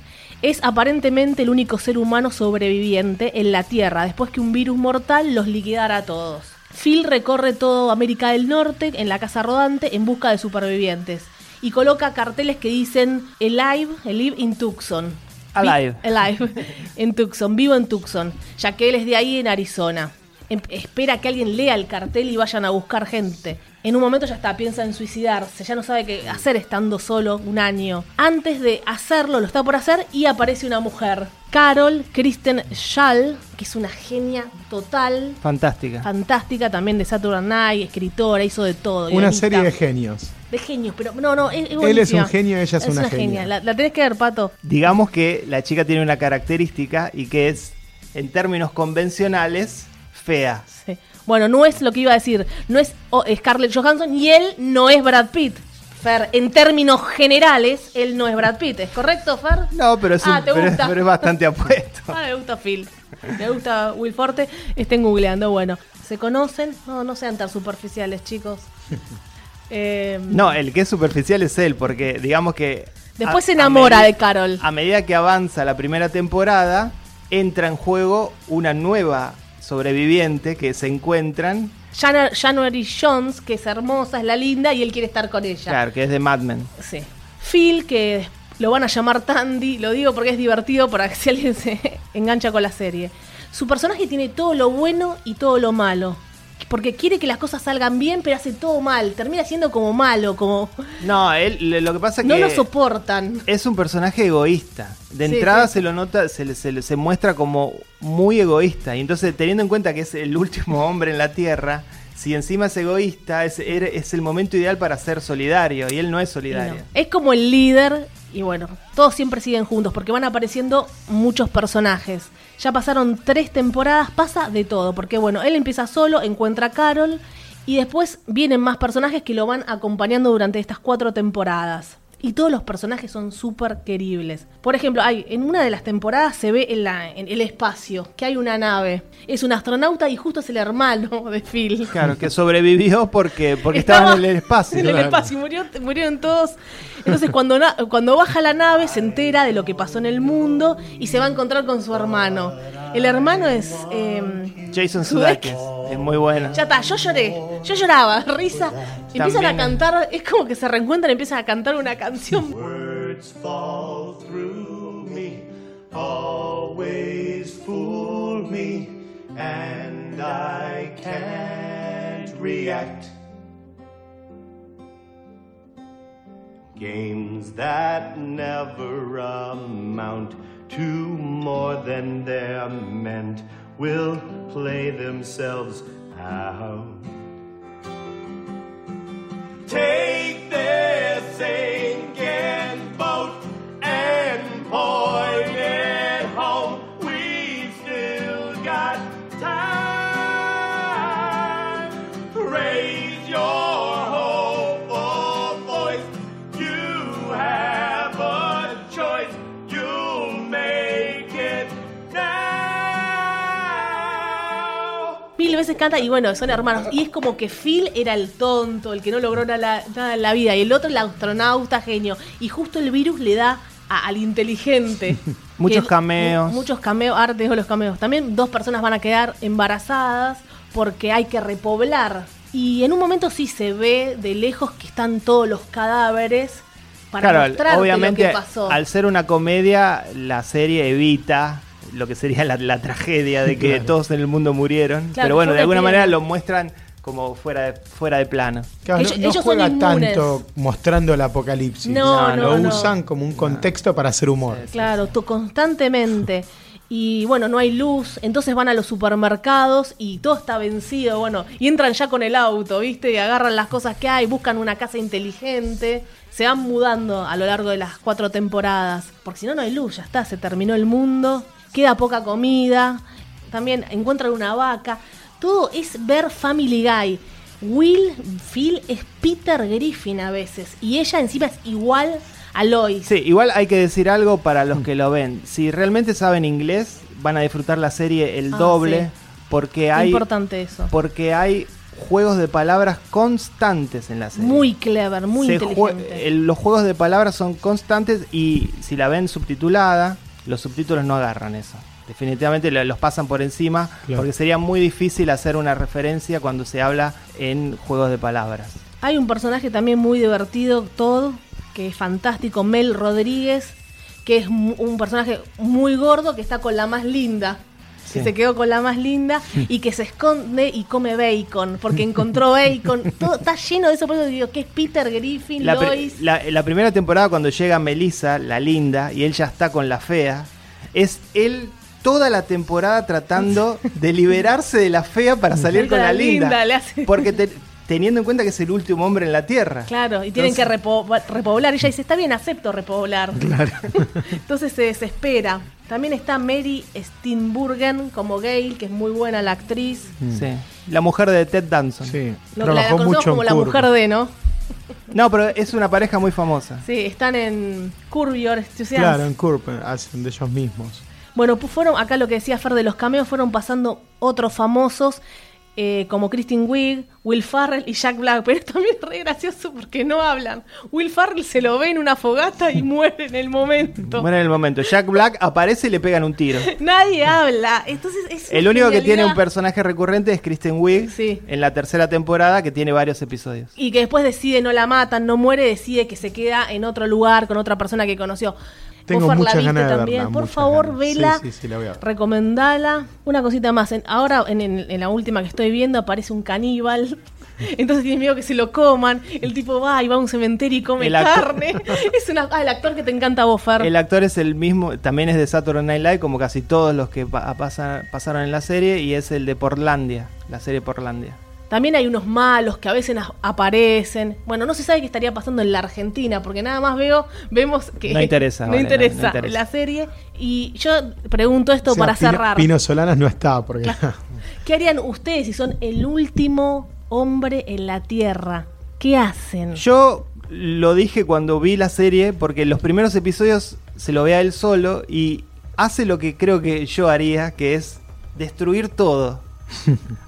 B: es aparentemente el único ser humano sobreviviente en la Tierra después que un virus mortal los liquidara a todos. Phil recorre todo América del Norte en la casa rodante en busca de supervivientes y coloca carteles que dicen Alive, Alive in Tucson. Vi-
E: Alive.
B: Alive. En Tucson, vivo en Tucson, ya que él es de ahí en Arizona. em- espera que alguien lea el cartel y vayan a buscar gente. En un momento ya está, piensa en suicidarse, ya no sabe qué hacer estando solo un año. Antes de hacerlo, lo está por hacer y aparece una mujer. Carol Kristen Schall, que es una genia total,
E: Fantástica.
B: fantástica también de Saturday Night, escritora, hizo de todo.
D: Una
B: guionista.
D: serie de genios.
B: De genios, pero no, no, es, es
D: Él es
B: buenísima.
D: un genio, ella es una genia.
B: La, la tenés que ver, Pato.
E: Digamos que la chica tiene una característica y que es, en términos convencionales, fea.
B: Sí. Bueno, no es lo que iba a decir. No es oh, Scarlett Johansson y él no es Brad Pitt. Fer, en términos generales, él no es Brad Pitt. ¿Es correcto, Fer?
E: No, pero es, un-
B: Ah, ¿te
E: pero es-
B: gusta?
E: pero es bastante apuesto.
B: Ah, me gusta Phil. Me gusta Will Forte. Estén googleando, bueno. ¿Se conocen? No, no sean tan superficiales, chicos. Eh,
E: No, el que es superficial es él, porque digamos que...
B: Después se enamora
E: medi-
B: de Carol.
E: A medida que avanza la primera temporada, entra en juego una nueva sobreviviente que se encuentran,
B: Jana- January Jones, que es hermosa, es la linda, y él quiere estar con ella.
E: claro, que es de Mad Men.
B: Sí. Phil, que lo van a llamar Tandy, lo digo porque es divertido para que si alguien se engancha con la serie. Su personaje tiene todo lo bueno y todo lo malo. Porque quiere que las cosas salgan bien, pero hace todo mal. Termina siendo como malo, como
E: No, él, le- lo que pasa es que...
B: no lo soportan.
E: es un personaje egoísta. De
B: Sí,
E: entrada
B: sí.
E: se lo nota, se, le- se, le- se muestra como muy egoísta. Y entonces, teniendo en cuenta que es el último hombre en la Tierra, si encima es egoísta, es, er- es el momento ideal para ser solidario. Y él no
B: Y
E: es
B: no.
E: solidario.
B: Es como el líder y bueno, todos siempre siguen juntos porque van apareciendo muchos personajes. Ya pasaron tres temporadas, pasa de todo, porque bueno, él empieza solo, encuentra a Carol y después vienen más personajes que lo van acompañando durante estas cuatro temporadas. Y todos los personajes son súper queribles. Por ejemplo, hay, en una de las temporadas se ve en, la- en el espacio que hay una nave. Es un astronauta y justo es el hermano de Phil.
E: Claro, que sobrevivió porque, porque estaba, en el espacio.
B: En el espacio, murió- murieron todos. Entonces, cuando, na- cuando baja la nave, se entera de lo que pasó en el mundo y se va a encontrar con su hermano. El hermano es. eh,
E: Jason
B: Sudeikis.
E: Sudeikis es muy bueno.
B: ya está, yo lloré, yo lloraba, risa. Empiezan a
E: También.
B: cantar, es como que se reencuentran, empiezan a cantar una canción.
F: Words fall through me, always fool me, and I can't react. Games that never amount to more than they're meant will play themselves out. Take this sinking boat and point it home. We've still got time. Raise your hopeful voice. You have a choice. You'll make it now.
B: Mil veces canta y bueno, son hermanos. Y es como que Phil era el tonto, el que no logró na- la- nada en la vida, y el otro el astronauta genio. Y justo el virus le da a- al inteligente.
E: Muchos
B: Que-
E: cameos.
B: mu- Muchos cameos, artes o los cameos. También dos personas van a quedar embarazadas porque hay que repoblar. Y en un momento sí se ve de lejos que están todos los cadáveres para
E: Claro,
B: mostrarte
E: obviamente,
B: lo que pasó.
E: al ser una comedia, la serie evita lo que sería la, la tragedia de que todos en el mundo murieron.
B: Claro,
E: pero bueno,
B: fue
E: de alguna
B: una
E: manera
B: epidemia.
E: lo muestran como fuera de, fuera de plano.
D: Claro,
B: Ellos-
D: no, no
B: ellos son
D: juega
B: inmunes.
D: tanto mostrando el apocalipsis.
B: No,
E: No,
D: lo
B: no, no.
D: usan como un contexto para hacer humor.
B: Claro, tú constantemente. Y bueno, no hay luz, entonces van a los supermercados y todo está vencido, bueno, y entran ya con el auto, ¿viste? Y agarran las cosas que hay, buscan una casa inteligente, se van mudando a lo largo de las cuatro temporadas, porque si no, no hay luz, ya está, se terminó el mundo, queda poca comida, también encuentran una vaca, todo es ver Family Guy. Will, Phil es Peter Griffin a veces, y ella encima es igual a Lois.
E: Sí, igual hay que decir algo para los que lo ven. Si realmente saben inglés, van a disfrutar la serie el
B: Ah,
E: doble
B: sí.
E: porque hay
B: Importante eso.
E: porque hay juegos de palabras constantes en la serie.
B: Muy clever, muy
E: Se jue-
B: inteligente.
E: el- los juegos de palabras son constantes y si la ven subtitulada, los subtítulos no agarran eso. Definitivamente lo- los pasan por encima
D: Claro.
E: porque sería muy difícil hacer una referencia cuando se habla en juegos de palabras.
B: Hay un personaje también muy divertido, todo, que es fantástico, Mel Rodríguez, que es mu- un personaje muy gordo que está con la más linda. que se quedó con la más linda y que se esconde y come bacon, porque encontró bacon. Todo, está lleno de eso, por eso digo que es Peter Griffin,
E: La, pri-
B: Lois.
E: la- la primera temporada cuando llega Melissa, la linda, y él ya está con la fea, es él toda la temporada tratando de liberarse de la fea para salir con la, linda.
B: le hace-
E: Porque te- teniendo en cuenta que es el último hombre en la Tierra.
B: Claro, y tienen
E: Entonces-
B: que repo- repoblar. Ella dice, está bien, acepto repoblar. Entonces se desespera. También está Mary Steenburgen como Gail, que es muy buena la actriz.
E: Sí. La mujer de Ted Danson.
D: Sí,
B: Lo- la, la
D: trabajó
B: conocemos
D: mucho
B: como
D: en
B: la
D: Curb.
B: mujer de, ¿no?
E: No, pero es una pareja muy famosa.
B: Sí, están en Curb Your Enthusiasm.
D: Claro, en Curb eh, hacen de ellos mismos.
B: Bueno, pues fueron, acá lo que decía Fer de los cameos, fueron pasando otros famosos eh, como Kristen Wiig, Will Farrell y Jack Black. Pero esto también es re gracioso porque no hablan. Will Farrell se lo ve en una fogata y muere en el momento.
E: Bueno, en el momento. Jack Black aparece y le pegan un tiro.
B: Nadie habla. Entonces es
E: El
B: una
E: único que tiene un
B: genialidad.
E: personaje recurrente es Kristen Wiig
B: Sí.
E: en la tercera temporada que tiene varios episodios.
B: Y que después decide, no la matan, no muere, decide que se queda en otro lugar con otra persona que conoció.
D: Tengo
B: Vos, Fer, la
D: muchas
B: viste
D: ganas de
B: también.
D: verla,
B: Por
D: muchas
B: favor,
D: ganas. Sí,
B: vela,
D: sí, sí, la voy a ver.
B: recomendala. Una cosita más. en- ahora, en, en- en la última que estoy viendo, aparece un caníbal. Entonces tiene miedo que se lo coman. El tipo va y va a un cementerio y come
E: El actor-
B: carne. Es una, ah, el actor que te encanta a vos, Fer.
E: El actor es el mismo, también es de Saturday Night Live, como casi todos los que pa- pasan- pasaron en la serie, y es el de Portlandia, la serie Portlandia.
B: También hay unos malos que a veces a- aparecen. Bueno, no se sabe qué estaría pasando en la Argentina, porque nada más veo, vemos que
E: No interesa,
B: no,
E: Vale, no, no
B: interesa
E: interesa.
B: la serie. Y yo pregunto esto
D: O sea,
B: para
D: Pino-
B: cerrar.
D: Pino Solanas no está porque
B: ¿Qué harían ustedes si son el último hombre en la Tierra? ¿Qué hacen?
E: Yo lo dije cuando vi la serie, porque los primeros episodios se lo ve a él solo y hace lo que creo que yo haría, que es destruir todo.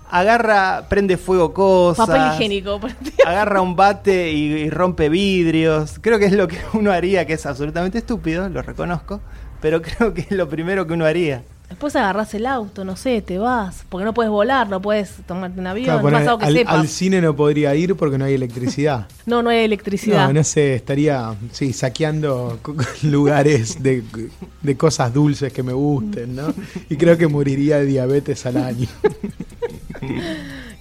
E: Agarra, prende fuego cosas.
B: Papel higiénico. por ejemplo.
E: agarra un bate y, y rompe vidrios. Creo que es lo que uno haría, que es absolutamente estúpido, lo reconozco, pero creo que es lo primero que uno haría.
B: Después agarrás el auto, no sé, te vas. Porque no puedes volar, no puedes tomarte un avión,
D: Claro,
B: más
D: poner-
B: algo que
D: al,
B: sepas.
D: al cine no podría ir porque no hay electricidad.
B: No, no hay electricidad.
D: No, no sé, estaría sí, saqueando co- lugares de, de cosas dulces que me gusten, ¿no? Y creo que moriría de diabetes al año.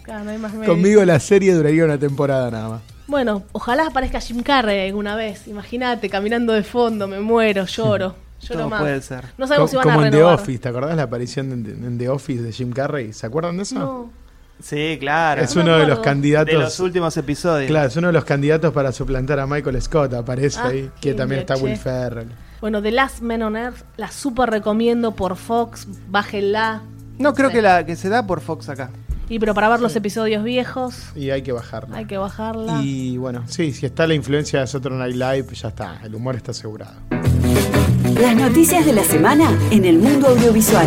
B: Claro, no hay más médicos.
D: Conmigo la serie duraría una temporada nada más.
B: Bueno, ojalá aparezca Jim Carrey alguna vez. Imagínate, caminando de fondo, me muero, lloro. Lloro
E: Todo
B: más.
E: puede ser.
B: No sabemos
D: Co-
B: si van
D: como
B: a
D: en The
B: renovar.
D: Office, ¿te acordás la aparición en, en The Office de Jim Carrey? ¿Se acuerdan de eso?
B: No.
E: Sí, claro.
D: es
B: no
D: uno
B: me
D: de
B: acuerdo.
D: los candidatos.
E: de los últimos episodios.
D: Claro, es uno de los candidatos para suplantar a Michael Scott, aparece
B: Ah,
D: ahí, que
B: genio,
D: también está
B: che.
D: Will Ferrell.
B: Bueno, The Last Man on Earth la super recomiendo por Fox. Bájenla.
E: No, creo
B: sé.
E: que la que se da por Fox acá.
B: Y pero para ver los episodios viejos
D: Y hay que bajarlo.
B: hay que bajarla.
D: Y bueno, sí, si está la influencia de Saturday Night Live, ya está, el humor está asegurado.
A: Las noticias de la semana en el mundo audiovisual.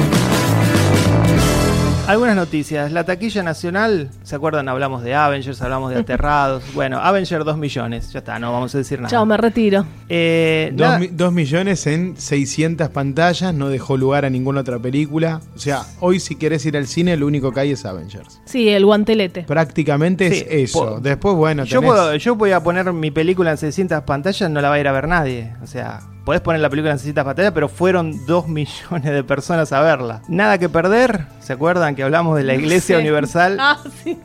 E: Algunas noticias. La taquilla nacional, ¿se acuerdan? Hablamos de Avengers, hablamos de Aterrados. bueno, Avengers 2 millones. Ya está, no vamos a decir nada.
B: Chao, me retiro.
E: Eh,
D: Dos,
E: nada-
D: mi- dos millones en 600 pantallas, no dejó lugar a ninguna otra película. O sea, hoy si querés ir al cine, lo único que hay es Avengers.
B: Sí, el guantelete.
D: Prácticamente
E: Sí,
D: es eso.
E: po-
D: Después, bueno,
E: yo,
D: tenés-
E: puedo- yo voy a poner mi película en 600 pantallas, no la va a ir a ver nadie. O sea, podés poner la película en 600 pantallas, pero fueron 2 millones de personas a verla. Nada que perder, ¿se acuerdan que hablamos de la Iglesia
B: Sí.
E: Universal?
B: Ah, sí.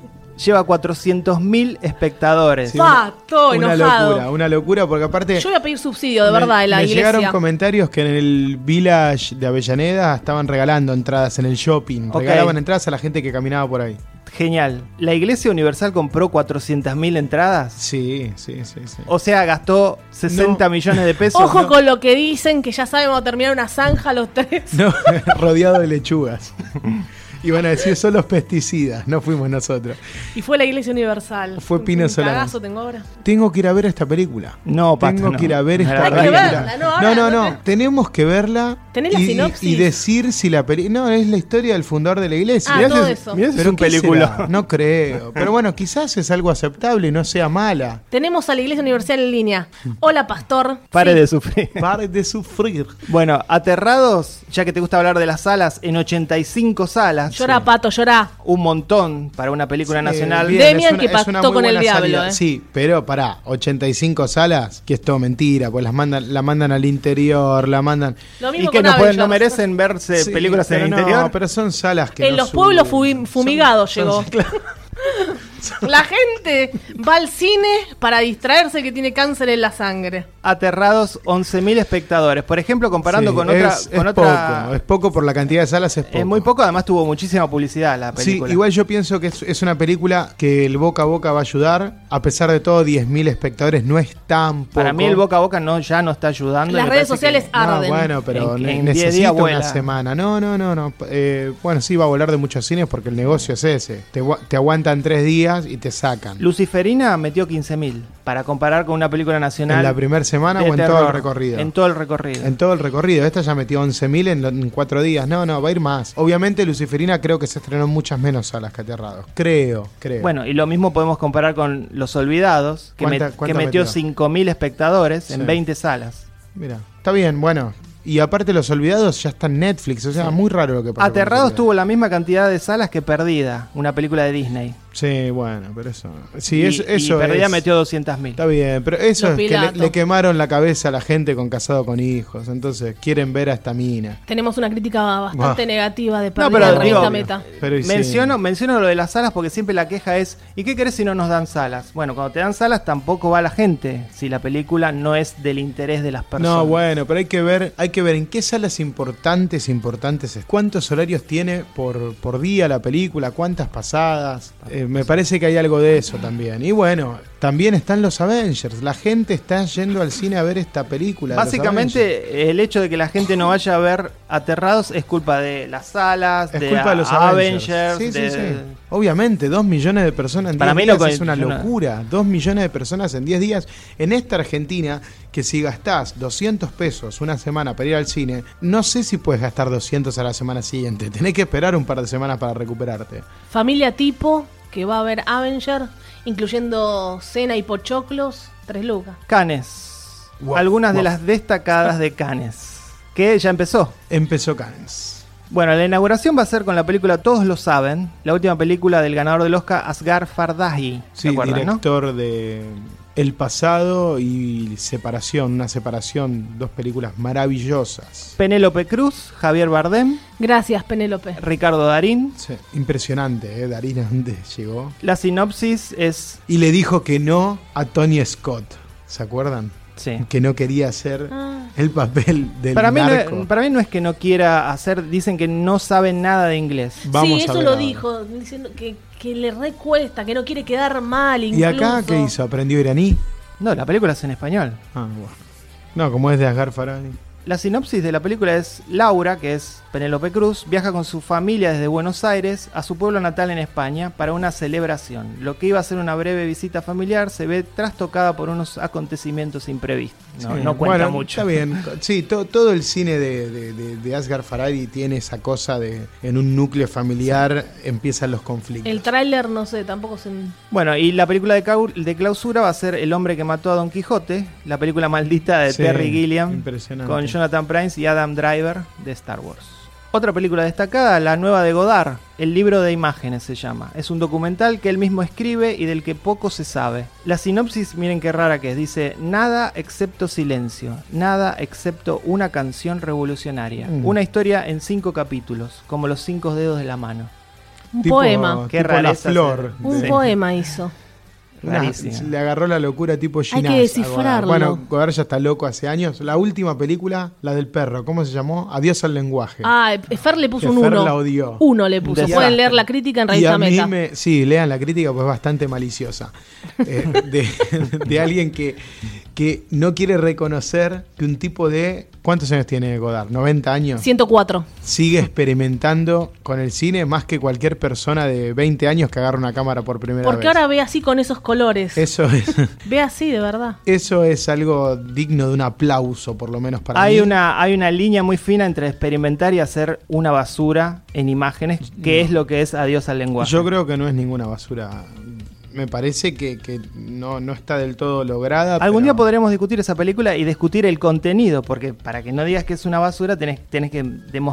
E: Lleva 400.000 espectadores.
D: Sí,
B: Pa, todo
D: una
B: enojado.
D: locura, una locura, porque aparte...
B: Yo voy a pedir subsidio, de
D: Eh, Me-
B: verdad, de la
D: me
B: iglesia.
D: llegaron comentarios que en el village de Avellaneda estaban regalando entradas en el shopping.
E: Ok.
D: Regalaban entradas a la gente que caminaba por ahí.
E: Genial. La Iglesia Universal compró 400.000 entradas.
D: Sí, sí, sí. sí.
E: O sea, gastó 60
D: No.
E: millones de pesos.
B: Ojo
E: ¿no?
B: con lo que dicen, que ya saben, vamos a terminar una zanja los tres.
D: No, rodeado de lechugas. Y van a decir, son los pesticidas, no fuimos nosotros.
B: Y fue la Iglesia Universal.
D: Fue Pino
B: Un
D: Solanas.
B: cagazo tengo ahora.
D: Tengo que ir a ver esta película.
E: No, Pato,
D: Tengo
E: no.
D: que ir a ver
E: No, la
D: esta
E: verdad
B: que
D: película.
B: verla, no, ahora
D: no, no,
B: no
D: no.
B: te-
D: Tenemos que verla.
B: ¿Tenés la
D: y, y-
B: sinopsis?
D: y decir si la película. No, es la historia del fundador de la iglesia.
B: Ah,
D: Mirá
B: todo
D: si-
B: eso.
D: mirá si
E: Pero un
D: ¿qué
E: película.
D: será? No creo. Pero bueno, quizás es algo aceptable y no sea mala.
B: Tenemos a la Iglesia Universal en línea. Hola, pastor.
E: Pare
B: Sí.
E: de sufrir.
D: Pare de sufrir.
E: Bueno, aterrados, ya que te gusta hablar de las salas, en 85 salas
B: Llora, pato, llora.
E: Un montón para una película nacional.
D: Eh, bien,
B: Demian
D: es
B: que
D: es
B: pactó
D: muy
B: con el
D: buena
B: diablo,
D: salida.
B: eh.
D: Sí, pero pará, 85 salas, que es todo mentira, pues las mandan, la mandan al interior, la mandan.
B: Lo mismo
E: y
B: con
E: que no, pueden-
B: Avengers.
E: no merecen verse
D: Sí,
E: películas en
D: pero
E: el
D: no,
E: interior.
D: pero son salas que.
B: En
D: no
B: los pueblos
D: suben.
B: fumi- fumigados
D: Son-
B: llegó.
D: son- claro,
B: La gente va al cine para distraerse que tiene cáncer en la sangre.
E: Aterrados 11.000 espectadores. Por ejemplo, comparando
D: sí,
E: con otra.
D: Es,
E: con
D: es
E: otra-
D: poco, es poco por la cantidad de salas, es
E: es
D: poco.
E: muy poco, además tuvo muchísima publicidad la
D: Sí,
E: película.
D: igual yo pienso que es, es una película que el boca a boca va a ayudar. A pesar de todo, 10.000 espectadores no es tan poco.
E: Para mí el boca a boca no, ya no está ayudando.
B: Las
E: y me
B: redes
E: parece
B: sociales
E: que-
D: No,
B: arden.
D: bueno, pero
E: En-
D: ne-
E: en diez días
D: necesita una
E: vuela.
D: semana. No, no, no, no. Eh, bueno, sí, va a volar de muchos cines porque el negocio es ese. Te, gua- te aguantan tres días y te sacan.
E: Luciferina metió 15.000 para comparar con una película nacional.
D: ¿En la primera semana
E: de
D: o en todo
E: terror.
D: el recorrido?
E: En todo el recorrido.
D: En todo el recorrido. Esta ya metió 11.000 en, lo- en cuatro días. No, no, va a ir más. Obviamente, Luciferina creo que se estrenó en muchas menos salas que Aterrados. Creo, creo.
E: Bueno, y lo mismo podemos comparar con Los Olvidados, que,
D: ¿Cuánta-
E: met- que
D: cuánto
E: metió
D: metió?
E: 5.000 espectadores en
D: Sí.
E: 20 salas.
D: Mira, está bien, bueno. Y aparte, Los Olvidados ya está en Netflix. O sea, muy raro lo que pasó. con
E: Aterrados
D: Los
E: tuvo la misma cantidad de salas que Perdida, una película de Disney.
D: Olvidados. Sí, bueno, pero eso. Sí,
E: y,
D: es-
E: y
D: eso
E: Perdida
D: es.
E: metió 200.000.
D: Está bien, pero eso
B: Los
D: es que le,
B: Pilatos.
D: le quemaron la cabeza a la gente con casado con hijos. Entonces, quieren ver a esta mina.
B: Tenemos una crítica bastante
D: Bah.
B: negativa de
E: No,
B: perder
E: pero
B: la revista
E: digo-
B: meta.
D: Pero y sí.
E: Menciono, menciono lo de las salas porque siempre la queja es, ¿y qué querés si no nos dan salas? Bueno, cuando te dan salas tampoco va la gente, si la película no es del interés de las personas.
D: No, bueno, pero hay que ver, hay que ver en qué salas importantes, importantes, es. cuántos horarios tiene por, por día la película, cuántas pasadas. Eh, me parece que hay algo de eso también. Y bueno, también están los Avengers. La gente está yendo al cine a ver esta película. de los Avengers.
E: Básicamente, el hecho de que la gente no vaya a ver Aterrados es culpa de las salas,
D: es
E: de,
D: culpa de los Avengers.
E: Avengers.
D: Sí, sí,
E: de-
D: sí. Obviamente, dos millones de personas en
E: Para
D: 10
E: mí no
D: días
E: con-
D: es una
E: yo no-
D: locura. Dos millones de personas en 10 días. En esta Argentina, que si gastás 200 pesos una semana para ir al cine, no sé si puedes gastar 200 a la semana siguiente. Tenés que esperar un par de semanas para recuperarte.
B: Familia tipo que va a ver Avenger, incluyendo cena y pochoclos, tres lucas.
E: Canes.
D: Wow,
E: Algunas de
D: wow.
E: las destacadas de Canes. Que ya empezó.
D: Empezó Cannes.
E: Bueno, la inauguración va a ser con la película Todos lo saben, la última película del ganador del Oscar, Asghar Fardahi.
D: Sí,
E: ¿Se acuerdan, no?
D: director de El pasado y Separación. Una separación, dos películas maravillosas.
E: Penélope Cruz, Javier Bardem,
B: Gracias, Penélope.
E: Ricardo Darín.
D: Sí, Impresionante, ¿eh? Darina, ¿dónde llegó?
E: La sinopsis es.
D: y le dijo que no a Tony Scott. ¿Se acuerdan?
E: Sí.
D: Que no quería hacer
B: Ah.
D: el papel del
E: Para mí,
D: narco.
E: no, para mí no es que no quiera hacer, dicen que no sabe nada de inglés.
D: Vamos
B: sí,
D: a
B: eso
D: ver
B: lo
D: ahora.
B: dijo, diciendo que, que le recuesta, que no quiere quedar mal incluso.
D: ¿Y acá qué hizo? ¿Aprendió iraní?
E: No, la película es en español.
D: Ah, bueno. No, como es de Asgar Farhadi.
E: La sinopsis de la película es Laura, que es Penélope Cruz, viaja con su familia desde Buenos Aires a su pueblo natal en España para una celebración. Lo que iba a ser una breve visita familiar se ve trastocada por unos acontecimientos imprevistos. No,
D: Sí.
E: no cuenta
D: Bueno,
E: mucho.
D: Está bien. Sí, to- todo el cine de, de, de- de Asghar Farhadi tiene esa cosa de en un núcleo familiar empiezan los conflictos.
B: El tráiler, no sé, tampoco se...
E: Bueno, y la película de, cau- de clausura va a ser El hombre que mató a Don Quijote, la película maldita de
D: Sí,
E: Terry Gilliam,
D: impresionante.
E: con Jonathan Pryce y Adam Driver de Star Wars. Otra película destacada, la nueva de Godard, El libro de imágenes se llama. Es un documental que él mismo escribe y del que poco se sabe. La sinopsis, miren qué rara que es, dice, nada excepto silencio, nada excepto una canción revolucionaria,
D: Mm.
E: una historia en cinco capítulos, como los cinco dedos de la mano.
B: Un
D: Tipo-
B: poema.
E: Qué
D: tipo la
E: rareza
D: flor.
E: ser.
B: Un
D: de-
B: poema hizo.
D: Nah,
E: Rarísimo.
D: le agarró la locura tipo Ginás.
B: que descifrarlo.
D: Bueno, Godard ya está loco hace años. La última película, la del perro, ¿cómo se llamó? Adiós al lenguaje.
B: Ah, eh, Fer le puso
D: Que
B: un
D: Fer
B: 1.
D: la odió.
B: Uno le puso.
E: Desastre.
B: Pueden leer la crítica en
D: y a
B: Revista
D: mí
B: Meta.
D: me, sí, lean la crítica, pues bastante maliciosa. Eh, de, de alguien que, que no quiere reconocer que un tipo de. ¿Cuántos años tiene Godard? ¿90 años?
B: 104.
D: Sigue experimentando con el cine más que cualquier persona de 20 años que agarra una cámara por primera
B: Porque
D: vez.
B: ahora ve así con esos colores.
D: Eso es.
B: Ve así, de verdad.
D: Eso es algo digno de un aplauso, por lo menos para
E: hay
D: mí.
E: una hay una línea muy fina entre experimentar y hacer una basura en imágenes que es lo que es adiós al lenguaje
D: Yo creo que no es ninguna basura me parece que, que no, no está del todo lograda.
E: Algún día
D: pero-
E: podremos discutir esa película y discutir el contenido, porque para que no digas que es una basura, tenés, tenés que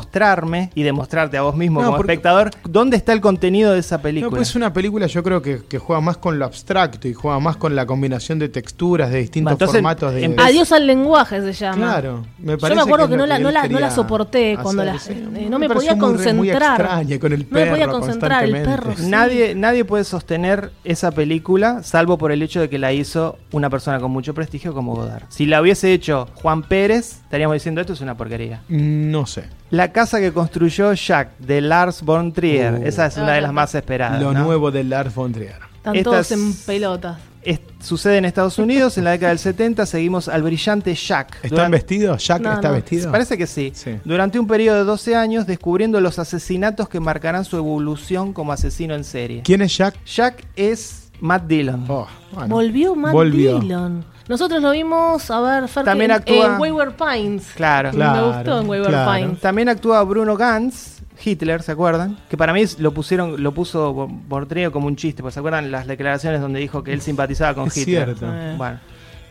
E: demostrarme y demostrarte a vos mismo
D: No,
E: como
D: porque-
E: espectador dónde está el contenido de esa película.
D: No, pues es una película yo creo que, que juega más con lo abstracto y juega más con la combinación de texturas de distintos
E: Bueno, entonces,
D: formatos. De,
E: em-
B: Adiós al lenguaje se llama.
D: Claro, me
B: Yo
D: parece
B: me acuerdo que,
D: es lo
B: no, la,
D: él
B: no, la, no la
D: quería
B: soporté cuando la.
D: hacer, sí.
B: eh, no me,
D: pareció
B: podía
D: muy re-
B: concentrar.
D: muy extraña, con el
B: no me podía
D: perro
B: concentrar el
D: constantemente.
B: perro. sí.
E: Nadie, nadie puede sostener esa película, salvo por el hecho de que la hizo una persona con mucho prestigio como Godard. Si la hubiese hecho Juan Pérez, estaríamos diciendo esto es una porquería.
D: Mm, No sé.
E: La casa que construyó Jack de Lars von Trier,
D: Uh.
E: esa es una de las más esperadas.
D: lo
E: Ah, ¿no?
D: nuevo de Lars von Trier.
B: Están
E: Estas-
B: todos en pelotas.
E: Es- sucede en Estados Unidos, en la década del 70 seguimos al brillante Jack.
D: ¿Están
E: Durante-
D: vestidos? ¿Jack
B: No,
D: está
B: no.
D: vestido?
E: Parece que sí.
D: Sí.
E: Durante un periodo de 12 años descubriendo los asesinatos que marcarán su evolución como asesino en serie.
D: ¿Quién es Jack?
E: Jack es Matt Dillon.
D: Oh, bueno.
B: Volvió Matt
D: volvió.
B: Dillon. Nosotros lo vimos, a ver, Fer,
E: También
B: en,
E: actúa-
B: en Wayward Pines.
E: Claro.
D: Claro,
B: me gustó en Wayward
D: claro.
B: Pines.
E: También actúa Bruno Gantz, Hitler, ¿se acuerdan? Que para mí lo pusieron, lo puso Bo- Bortrio como un chiste, porque ¿se acuerdan las declaraciones donde dijo que él simpatizaba con
D: Es
E: Hitler?
D: cierto.
E: Eh. Bueno.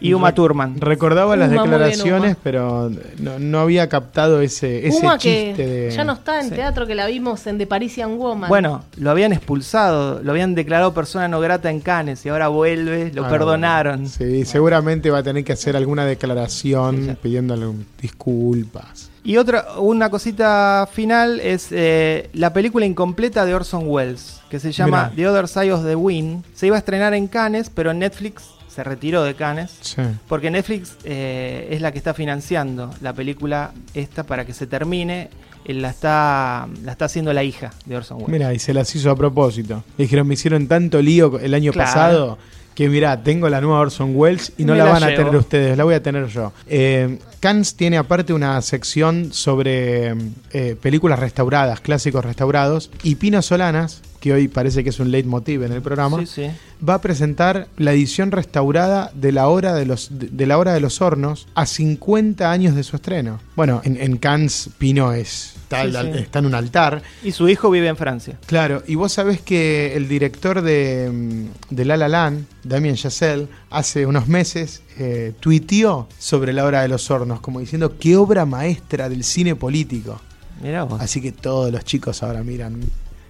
E: Y Uma
D: Re-
E: Thurman.
D: Recordaba las
B: Uma, muy bien,
D: declaraciones,
B: Uma.
D: pero no, no había captado ese, ese
B: Uma que
D: chiste de.
B: ya no está en
E: Sí.
B: teatro, que la vimos en The Parisian Woman.
E: Bueno, lo habían expulsado, lo habían declarado persona no grata en Cannes y ahora vuelve, lo
D: Ah,
E: perdonaron.
D: Sí, seguramente va a tener que hacer alguna declaración
E: Sí, ya.
D: pidiéndole un- disculpas.
E: Y otra, una cosita final es eh, la película incompleta de Orson Welles, que se llama
D: Mirá.
E: The Other Side of the Wind. Se iba a estrenar en Cannes, pero Netflix se retiró de Cannes.
D: Sí.
E: Porque Netflix eh, es la que está financiando la película esta para que se termine. Eh, La está, la está haciendo la hija de Orson Welles.
D: Mira, y se las hizo a propósito. Le dijeron, me hicieron tanto lío el año
E: Claro.
D: pasado que mirá, tengo la nueva Orson Welles y no
E: Me
D: la
E: la
D: van a
E: llevo.
D: tener ustedes, la voy a tener yo. Eh, Cannes tiene aparte una sección sobre eh, películas restauradas, clásicos restaurados, y Pino Solanas, que hoy parece que es un leitmotiv en el programa,
E: Sí, sí.
D: va a presentar la edición restaurada de la hora de los, de, de la hora de los hornos a 50 años de su estreno. Bueno, en, en Cannes Pino es, está,
E: Sí,
D: el al-
E: sí.
D: está en un altar.
E: Y su hijo vive en Francia.
D: Claro, y vos sabés que el director de, mm, de La La Land, Damien Chazelle, hace unos meses eh, tuiteó sobre La Hora de los Hornos, como diciendo qué obra maestra del cine político.
E: Mirá vos.
D: Así que todos los chicos ahora miran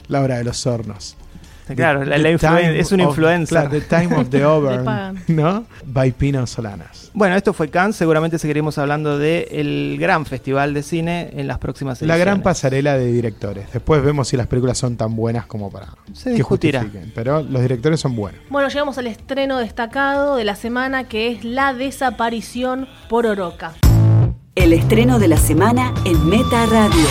D: La Hora de los Hornos.
E: claro, la-
D: The-
E: la
D: the
E: influen-
D: time
E: es una
D: of-
E: influencer.
D: claro, the Time of the
B: Le pagan.
D: Over, ¿no? By Pino Solanas.
E: Bueno, esto fue Cannes. Seguramente seguiremos hablando del gran festival de cine en las próximas
D: La
E: ediciones.
D: gran pasarela de directores. Después vemos si las películas son tan buenas como para
E: Se
D: que
E: discutirá.
D: justifiquen. Pero los directores son buenos.
B: Bueno, llegamos al estreno destacado de la semana que es La desaparición por Oroca.
A: El estreno de la semana en Meta Radio.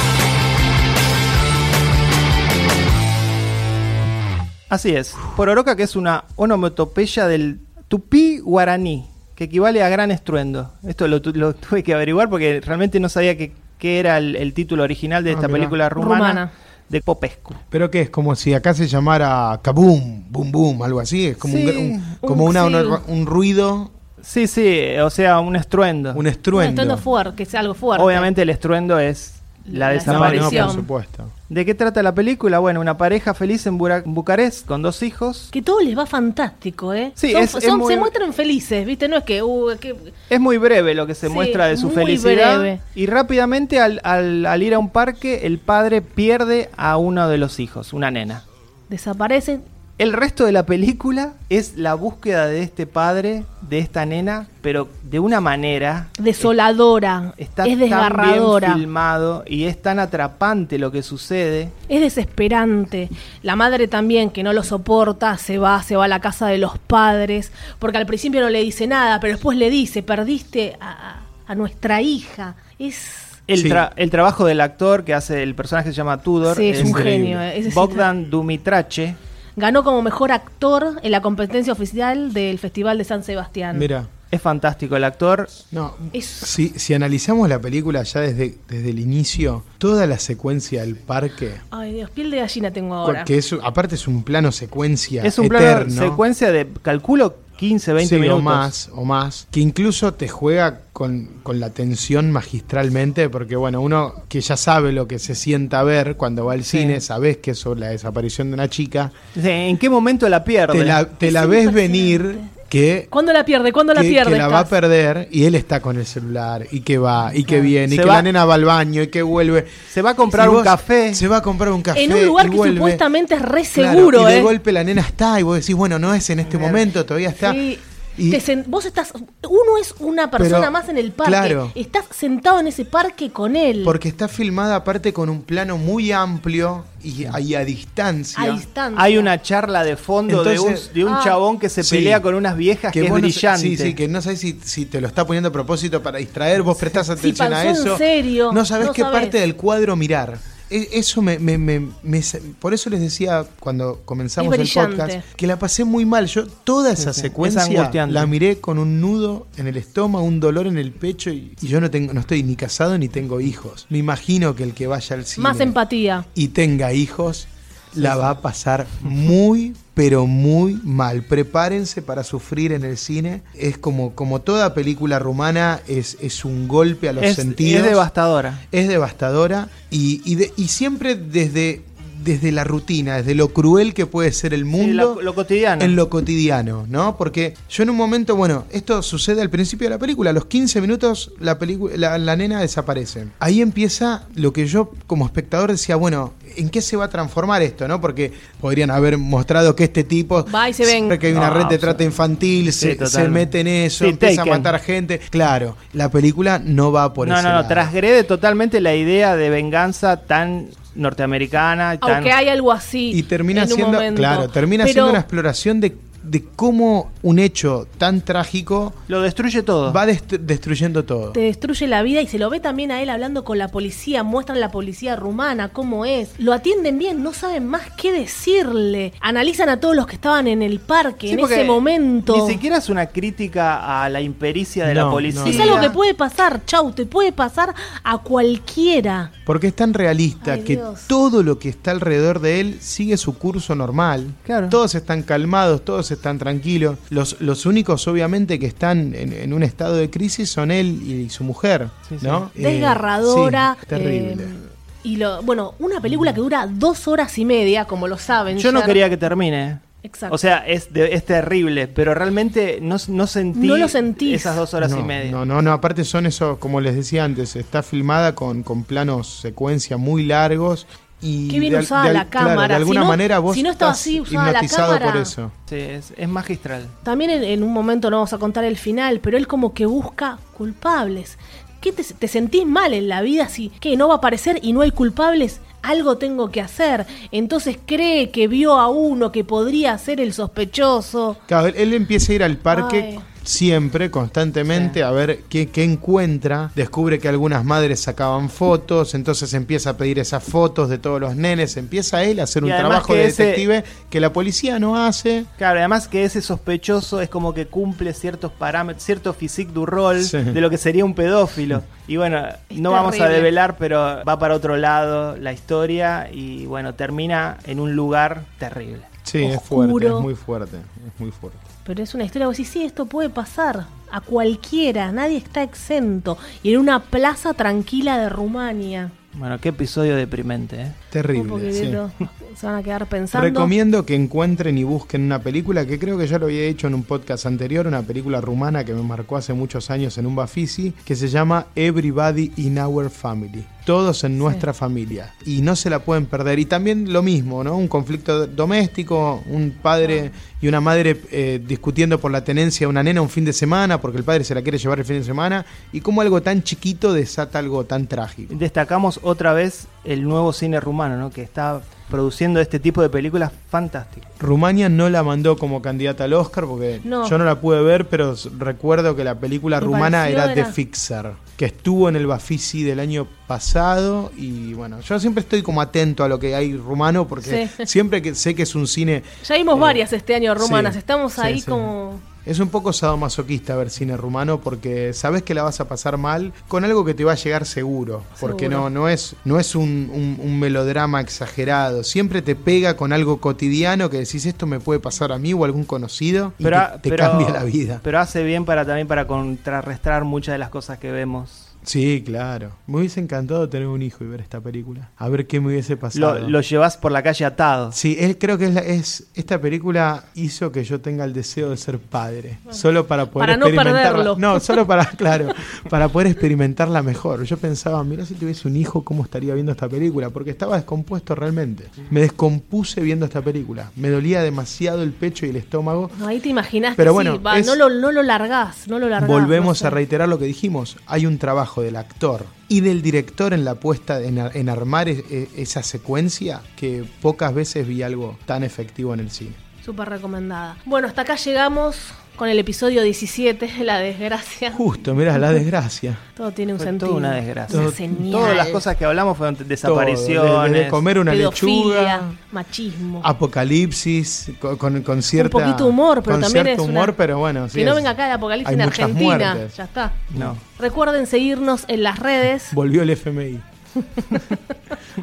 E: Así es. Pororoca, que es una onomatopeya del tupí guaraní, que equivale a gran estruendo. Esto lo, tu- lo tuve que averiguar porque realmente no sabía que- qué era el, el título original de
D: Ah,
E: esta
D: mirá.
E: película rumana,
B: Rumana.
E: de Popescu.
D: Pero que es como si acá se llamara kaboom, boom, boom, algo así. Es como,
E: Sí,
D: un, un- como
B: un-
D: una,
B: sí.
D: una- un ruido,
E: Sí, sí, o sea, un estruendo.
D: un
B: Un
D: estruendo.
B: estreno fuerte, que es algo fuerte.
E: Obviamente el estruendo es la
B: La
D: no,
E: desaparición.
D: no,
B: desaparición.
D: por supuesto.
E: ¿De qué trata la película? Bueno, una pareja feliz en Bura- Bucarest con dos hijos.
B: Que todo les va fantástico, ¿eh?
E: Sí,
B: Son-
E: es- es
B: son-
E: muy-
B: Se muestran felices, ¿viste? No es que... uh, que-
E: Es muy breve lo que se
B: Sí,
E: muestra de su
B: muy
E: felicidad.
B: breve.
E: Y rápidamente al- al- al ir a un parque, el padre pierde a uno de los hijos, una nena.
B: desaparecen.
E: El resto de la película es la búsqueda de este padre, de esta nena, pero de una manera.
B: Desoladora.
E: Está
B: es
E: tan
B: desgarradora.
E: bien filmado y es tan atrapante lo que sucede.
B: Es desesperante. La madre también, que no lo soporta, se va, se va a la casa de los padres, porque al principio no le dice nada, pero después le dice, perdiste a, a nuestra hija. Es...
E: El,
D: Sí.
E: tra- el trabajo del actor que hace el personaje que se llama Tudor
B: sí, es, un
D: increíble.
B: genio. eh. Ese sí
E: Bogdan Dumitrache.
B: está- Ganó como mejor actor en la competencia oficial del Festival de San Sebastián.
D: Mira,
E: Es fantástico el actor.
D: no.
B: Es-
D: Si, si analizamos la película ya desde, desde el inicio, toda la secuencia del parque,
B: Ay, Dios, piel de gallina tengo ahora.
D: que es, aparte es un plano secuencia
E: Es un plano
D: eterno.
E: secuencia de, calculo, 15, 20
D: Sí,
E: minutos.
D: o más, o más. Que incluso te juega con, con la tensión magistralmente, porque bueno, uno que ya sabe lo que se sienta a ver cuando va al
E: Sí.
D: cine, sabes que es sobre la desaparición de una chica,
E: O sea, ¿En qué momento la pierde?
D: te la, te la ves venir que,
B: ¿Cuándo la pierde? ¿Cuándo la
D: que- que
B: pierde?
D: la va a
B: Estás?
D: perder y él está con el celular y que va y que viene y
E: Se
D: que
E: va-
D: la nena va al baño y que vuelve.
E: Se va a comprar
D: Y
E: un
D: vos-
E: café.
D: Se va a comprar un café.
B: en un lugar
D: y
B: que
D: vuelve.
B: supuestamente es re
D: Claro,
B: seguro,
D: y de
B: ¿eh?
D: golpe la nena está y vos decís, bueno, no es en este momento, todavía está.
B: Sí.
D: Y-
B: Te sen- vos estás. Uno es una persona
D: Pero,
B: más en el parque.
D: claro.
B: Estás sentado en ese parque con él.
D: Porque está filmada aparte con un plano muy amplio y, y a distancia.
B: a distancia.
E: Hay una charla de fondo
D: Entonces-
E: de un, de un
B: Ah.
E: chabón que se
D: Sí.
E: pelea con unas viejas que, es
D: vos no sa-
E: brillante.
D: sí, sí, que no sabés si, si te lo está poniendo a propósito para distraer, vos prestás atención a
B: pasó en
D: eso.
B: serio,
D: No sabés
B: no
D: qué
B: sabés.
D: parte del cuadro mirar. E- Eso me, me- me- me sa- Por eso les decía cuando comenzamos
B: Es
D: el
B: brillante.
D: podcast que la pasé muy mal. Yo toda esa
E: sí. Es
D: secuencia
E: angustiante.
D: la miré con un nudo en el estómago, un dolor en el pecho y, y yo no tengo, no estoy ni casado ni tengo hijos. Me imagino que el que vaya al cine
B: Más empatía.
D: y tenga hijos, la va a pasar muy, pero muy mal. Prepárense para sufrir en el cine. Es como, como toda película rumana, es, es un golpe a los
E: es,
D: sentidos.
E: es devastadora.
D: Es devastadora y, y de- y siempre desde, desde la rutina, desde lo cruel que puede ser el
E: Sí,
D: mundo.
E: lo, lo cotidiano.
D: En lo cotidiano, ¿no? Porque yo en un momento, bueno, esto sucede al principio de la película, a los 15 minutos la, pelicu- la, la nena desaparece. Ahí empieza lo que yo como espectador decía, bueno, ¿en qué se va a transformar esto, no? Porque podrían haber mostrado que este tipo...
B: Va y se ven.
D: siempre que hay una
E: No,
D: red de
E: o sea,
D: trata infantil,
E: sí,
D: se, se
E: totalmente.
D: mete en eso,
E: Sí,
D: empieza a
E: Taken.
D: matar gente. Claro, la película no va por
E: no,
D: ese
E: no, no,
D: lado.
E: transgrede totalmente la idea de venganza tan norteamericana. y Tan...
B: Aunque Ah, hay algo así.
D: Y termina
B: en un
D: siendo,
B: momento.
D: claro, termina
B: Pero
D: siendo una exploración de, de cómo un hecho tan trágico
E: Lo destruye todo.
D: va destru- destruyendo todo.
B: Te destruye la vida y se lo ve también a él hablando con la policía. Muestran la policía rumana, cómo es. Lo atienden bien, no saben más qué decirle. Analizan a todos los que estaban en el parque
E: Sí,
B: en
E: porque
B: ese momento.
E: Ni siquiera es una crítica a la impericia de la
D: No,
E: policía.
D: no,
B: Es algo que puede pasar, chau, te puede pasar a cualquiera.
D: Porque es tan realista
B: Ay,
D: que
B: Dios.
D: todo lo que está alrededor de él sigue su curso normal.
E: Claro.
D: Todos están calmados, todos están tranquilos. Los, los únicos, obviamente, que están en, en un estado de crisis son él y su mujer.
E: Sí, sí.
D: ¿no? Eh,
B: Desgarradora.
D: sí, terrible.
B: eh, y lo, bueno, una película que dura dos horas y media, como lo saben.
E: Yo no
B: ya.
E: quería que termine.
B: Exacto.
E: O sea, es, de- es terrible, pero realmente no, no sentí
B: No lo sentís.
E: esas dos horas
D: no,
E: y media.
D: No, no, no, aparte son esos, como les decía antes, está filmada con, con planos secuencia muy largos. Y
B: Qué bien
D: al-
B: usada
D: al-
B: la
D: claro,
B: cámara.
D: de alguna
B: Si no-
D: manera vos
B: si no estaba
D: estás
B: así usada la
D: hipnotizado por
B: cámara.
D: eso.
E: Sí, es, es magistral.
B: También en, en un momento no vamos a contar el final, pero él como que busca culpables. ¿Qué te, te sentís mal en la vida si que no va a aparecer y no hay culpables? Algo tengo que hacer. Entonces cree que vio a uno que podría ser el sospechoso.
D: Claro, él, él empieza a ir al parque
B: Ay.
D: siempre, constantemente,
E: Sí.
D: a ver qué, qué encuentra. Descubre que algunas madres sacaban fotos, entonces empieza a pedir esas fotos de todos los nenes. Empieza él a hacer
E: Y
D: un
E: además
D: trabajo
E: que
D: de
E: ese-
D: detective que la policía no hace.
E: Claro, además que ese sospechoso es como que cumple ciertos parámetros, cierto physique du rol
D: Sí.
E: de lo que sería un pedófilo. Y bueno, no vamos a
B: terrible.
E: develar, pero va para otro lado la historia y bueno, termina en un lugar terrible.
D: Sí,
B: es Oscuro. fuerte, es muy
D: fuerte, es muy fuerte.
B: Pero es una historia, vos decís, sí, esto puede pasar a cualquiera, nadie está exento. Y en una plaza tranquila de Rumania.
E: Bueno, qué episodio deprimente, ¿eh?
B: Oh,
D: Terrible.
B: porque
D: sí.
B: vieron, se van a quedar pensando.
D: Recomiendo que encuentren y busquen una película que creo que ya lo había hecho en un podcast anterior, una película rumana que me marcó hace muchos años en un Bafisi, que se llama Everybody in Our Family. Todos en nuestra familia. Y no se la pueden perder. Y también lo mismo, ¿no? Un conflicto doméstico, un padre y una madre eh, discutiendo por la tenencia de una nena un fin de semana, porque el padre se la quiere llevar el fin de semana. Y cómo algo tan chiquito desata algo tan trágico.
E: Destacamos otra vez el nuevo cine rumano, ¿no? Que está produciendo este tipo de películas fantásticas.
D: Rumania no la mandó como candidata al Oscar porque
B: No.
D: yo no la pude ver, pero s- recuerdo que la película
B: Me
D: rumana
B: pareció
D: era The
B: era-
D: Fixer, que estuvo en el Bafisi del año pasado y bueno, yo siempre estoy como atento a lo que hay rumano porque
B: Sí.
D: siempre que sé que es un cine
B: Ya vimos varias este año rumanas,
D: Sí,
B: estamos
D: sí,
B: ahí
D: sí.
B: como...
D: Es un poco sadomasoquista ver cine rumano porque sabes que la vas a pasar mal con algo que te va a llegar seguro. Porque
B: Seguro.
D: no, no es, no es un, un- un melodrama exagerado. Siempre te pega con algo cotidiano que decís esto me puede pasar a mí o a algún conocido y te, te cambia la vida.
E: Pero hace bien para también para contrarrestar muchas de las cosas que vemos.
D: Sí, claro. Me hubiese encantado tener un hijo y ver esta película. A ver qué me hubiese pasado.
E: Lo, lo llevas por la calle atado.
D: Sí, él creo que es, la- es- esta película hizo que yo tenga el deseo de ser padre, solo para poder
B: Para no
D: experimentarla.
B: perderlo.
D: No, solo para, claro, para poder experimentarla mejor. Yo pensaba, mira si tuviese un hijo, ¿cómo estaría viendo esta película? Porque estaba descompuesto realmente. Me descompuse viendo esta película. Me dolía demasiado el pecho y el estómago.
B: No, ahí te imaginas
D: Pero
B: que
D: bueno,
B: sí, va,
D: es-
B: no, lo, no lo largás, no lo largás.
D: Volvemos
B: no sé.
D: a reiterar lo que dijimos. Hay un trabajo del actor y del director en la puesta, en, ar- en armar e- e- esa secuencia que pocas veces vi algo tan efectivo en el cine.
B: Súper recomendada. Bueno, hasta acá llegamos con el episodio 17, La Desgracia.
D: Justo, mirá, la desgracia.
B: Todo tiene un
E: Fue
B: sentido.
E: toda una desgracia.
B: Una
D: Todo-
B: señal.
E: Todas las cosas que hablamos fueron t-
D: Todo,
E: desapariciones.
D: desde- desde comer una
B: Pedofilia,
D: lechuga, Ah,
B: machismo.
D: apocalipsis, co- con, con cierta.
B: un poquito de humor, pero
D: con
B: también
D: cierto
B: es una-
D: humor, pero bueno. sí
B: que no
D: es-
B: venga acá de apocalipsis
D: hay
B: en
D: muchas
B: Argentina.
D: muertes.
B: Ya está.
E: No.
B: Recuerden seguirnos en las redes.
D: Volvió el FMI.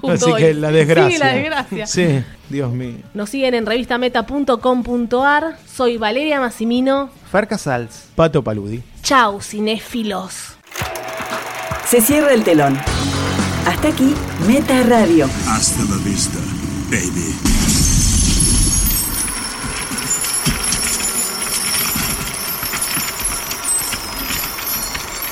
B: Justo
D: Así
B: hoy.
D: que la desgracia.
B: Sigue la desgracia.
D: Sí, Dios mío.
B: Nos siguen en revistameta.com.ar. Soy Valeria Massimino.
E: Fer Casals.
D: Pato Paludi.
B: Chau, cinéfilos.
A: Se cierra el telón. Hasta aquí, Meta Radio.
G: Hasta la vista, baby.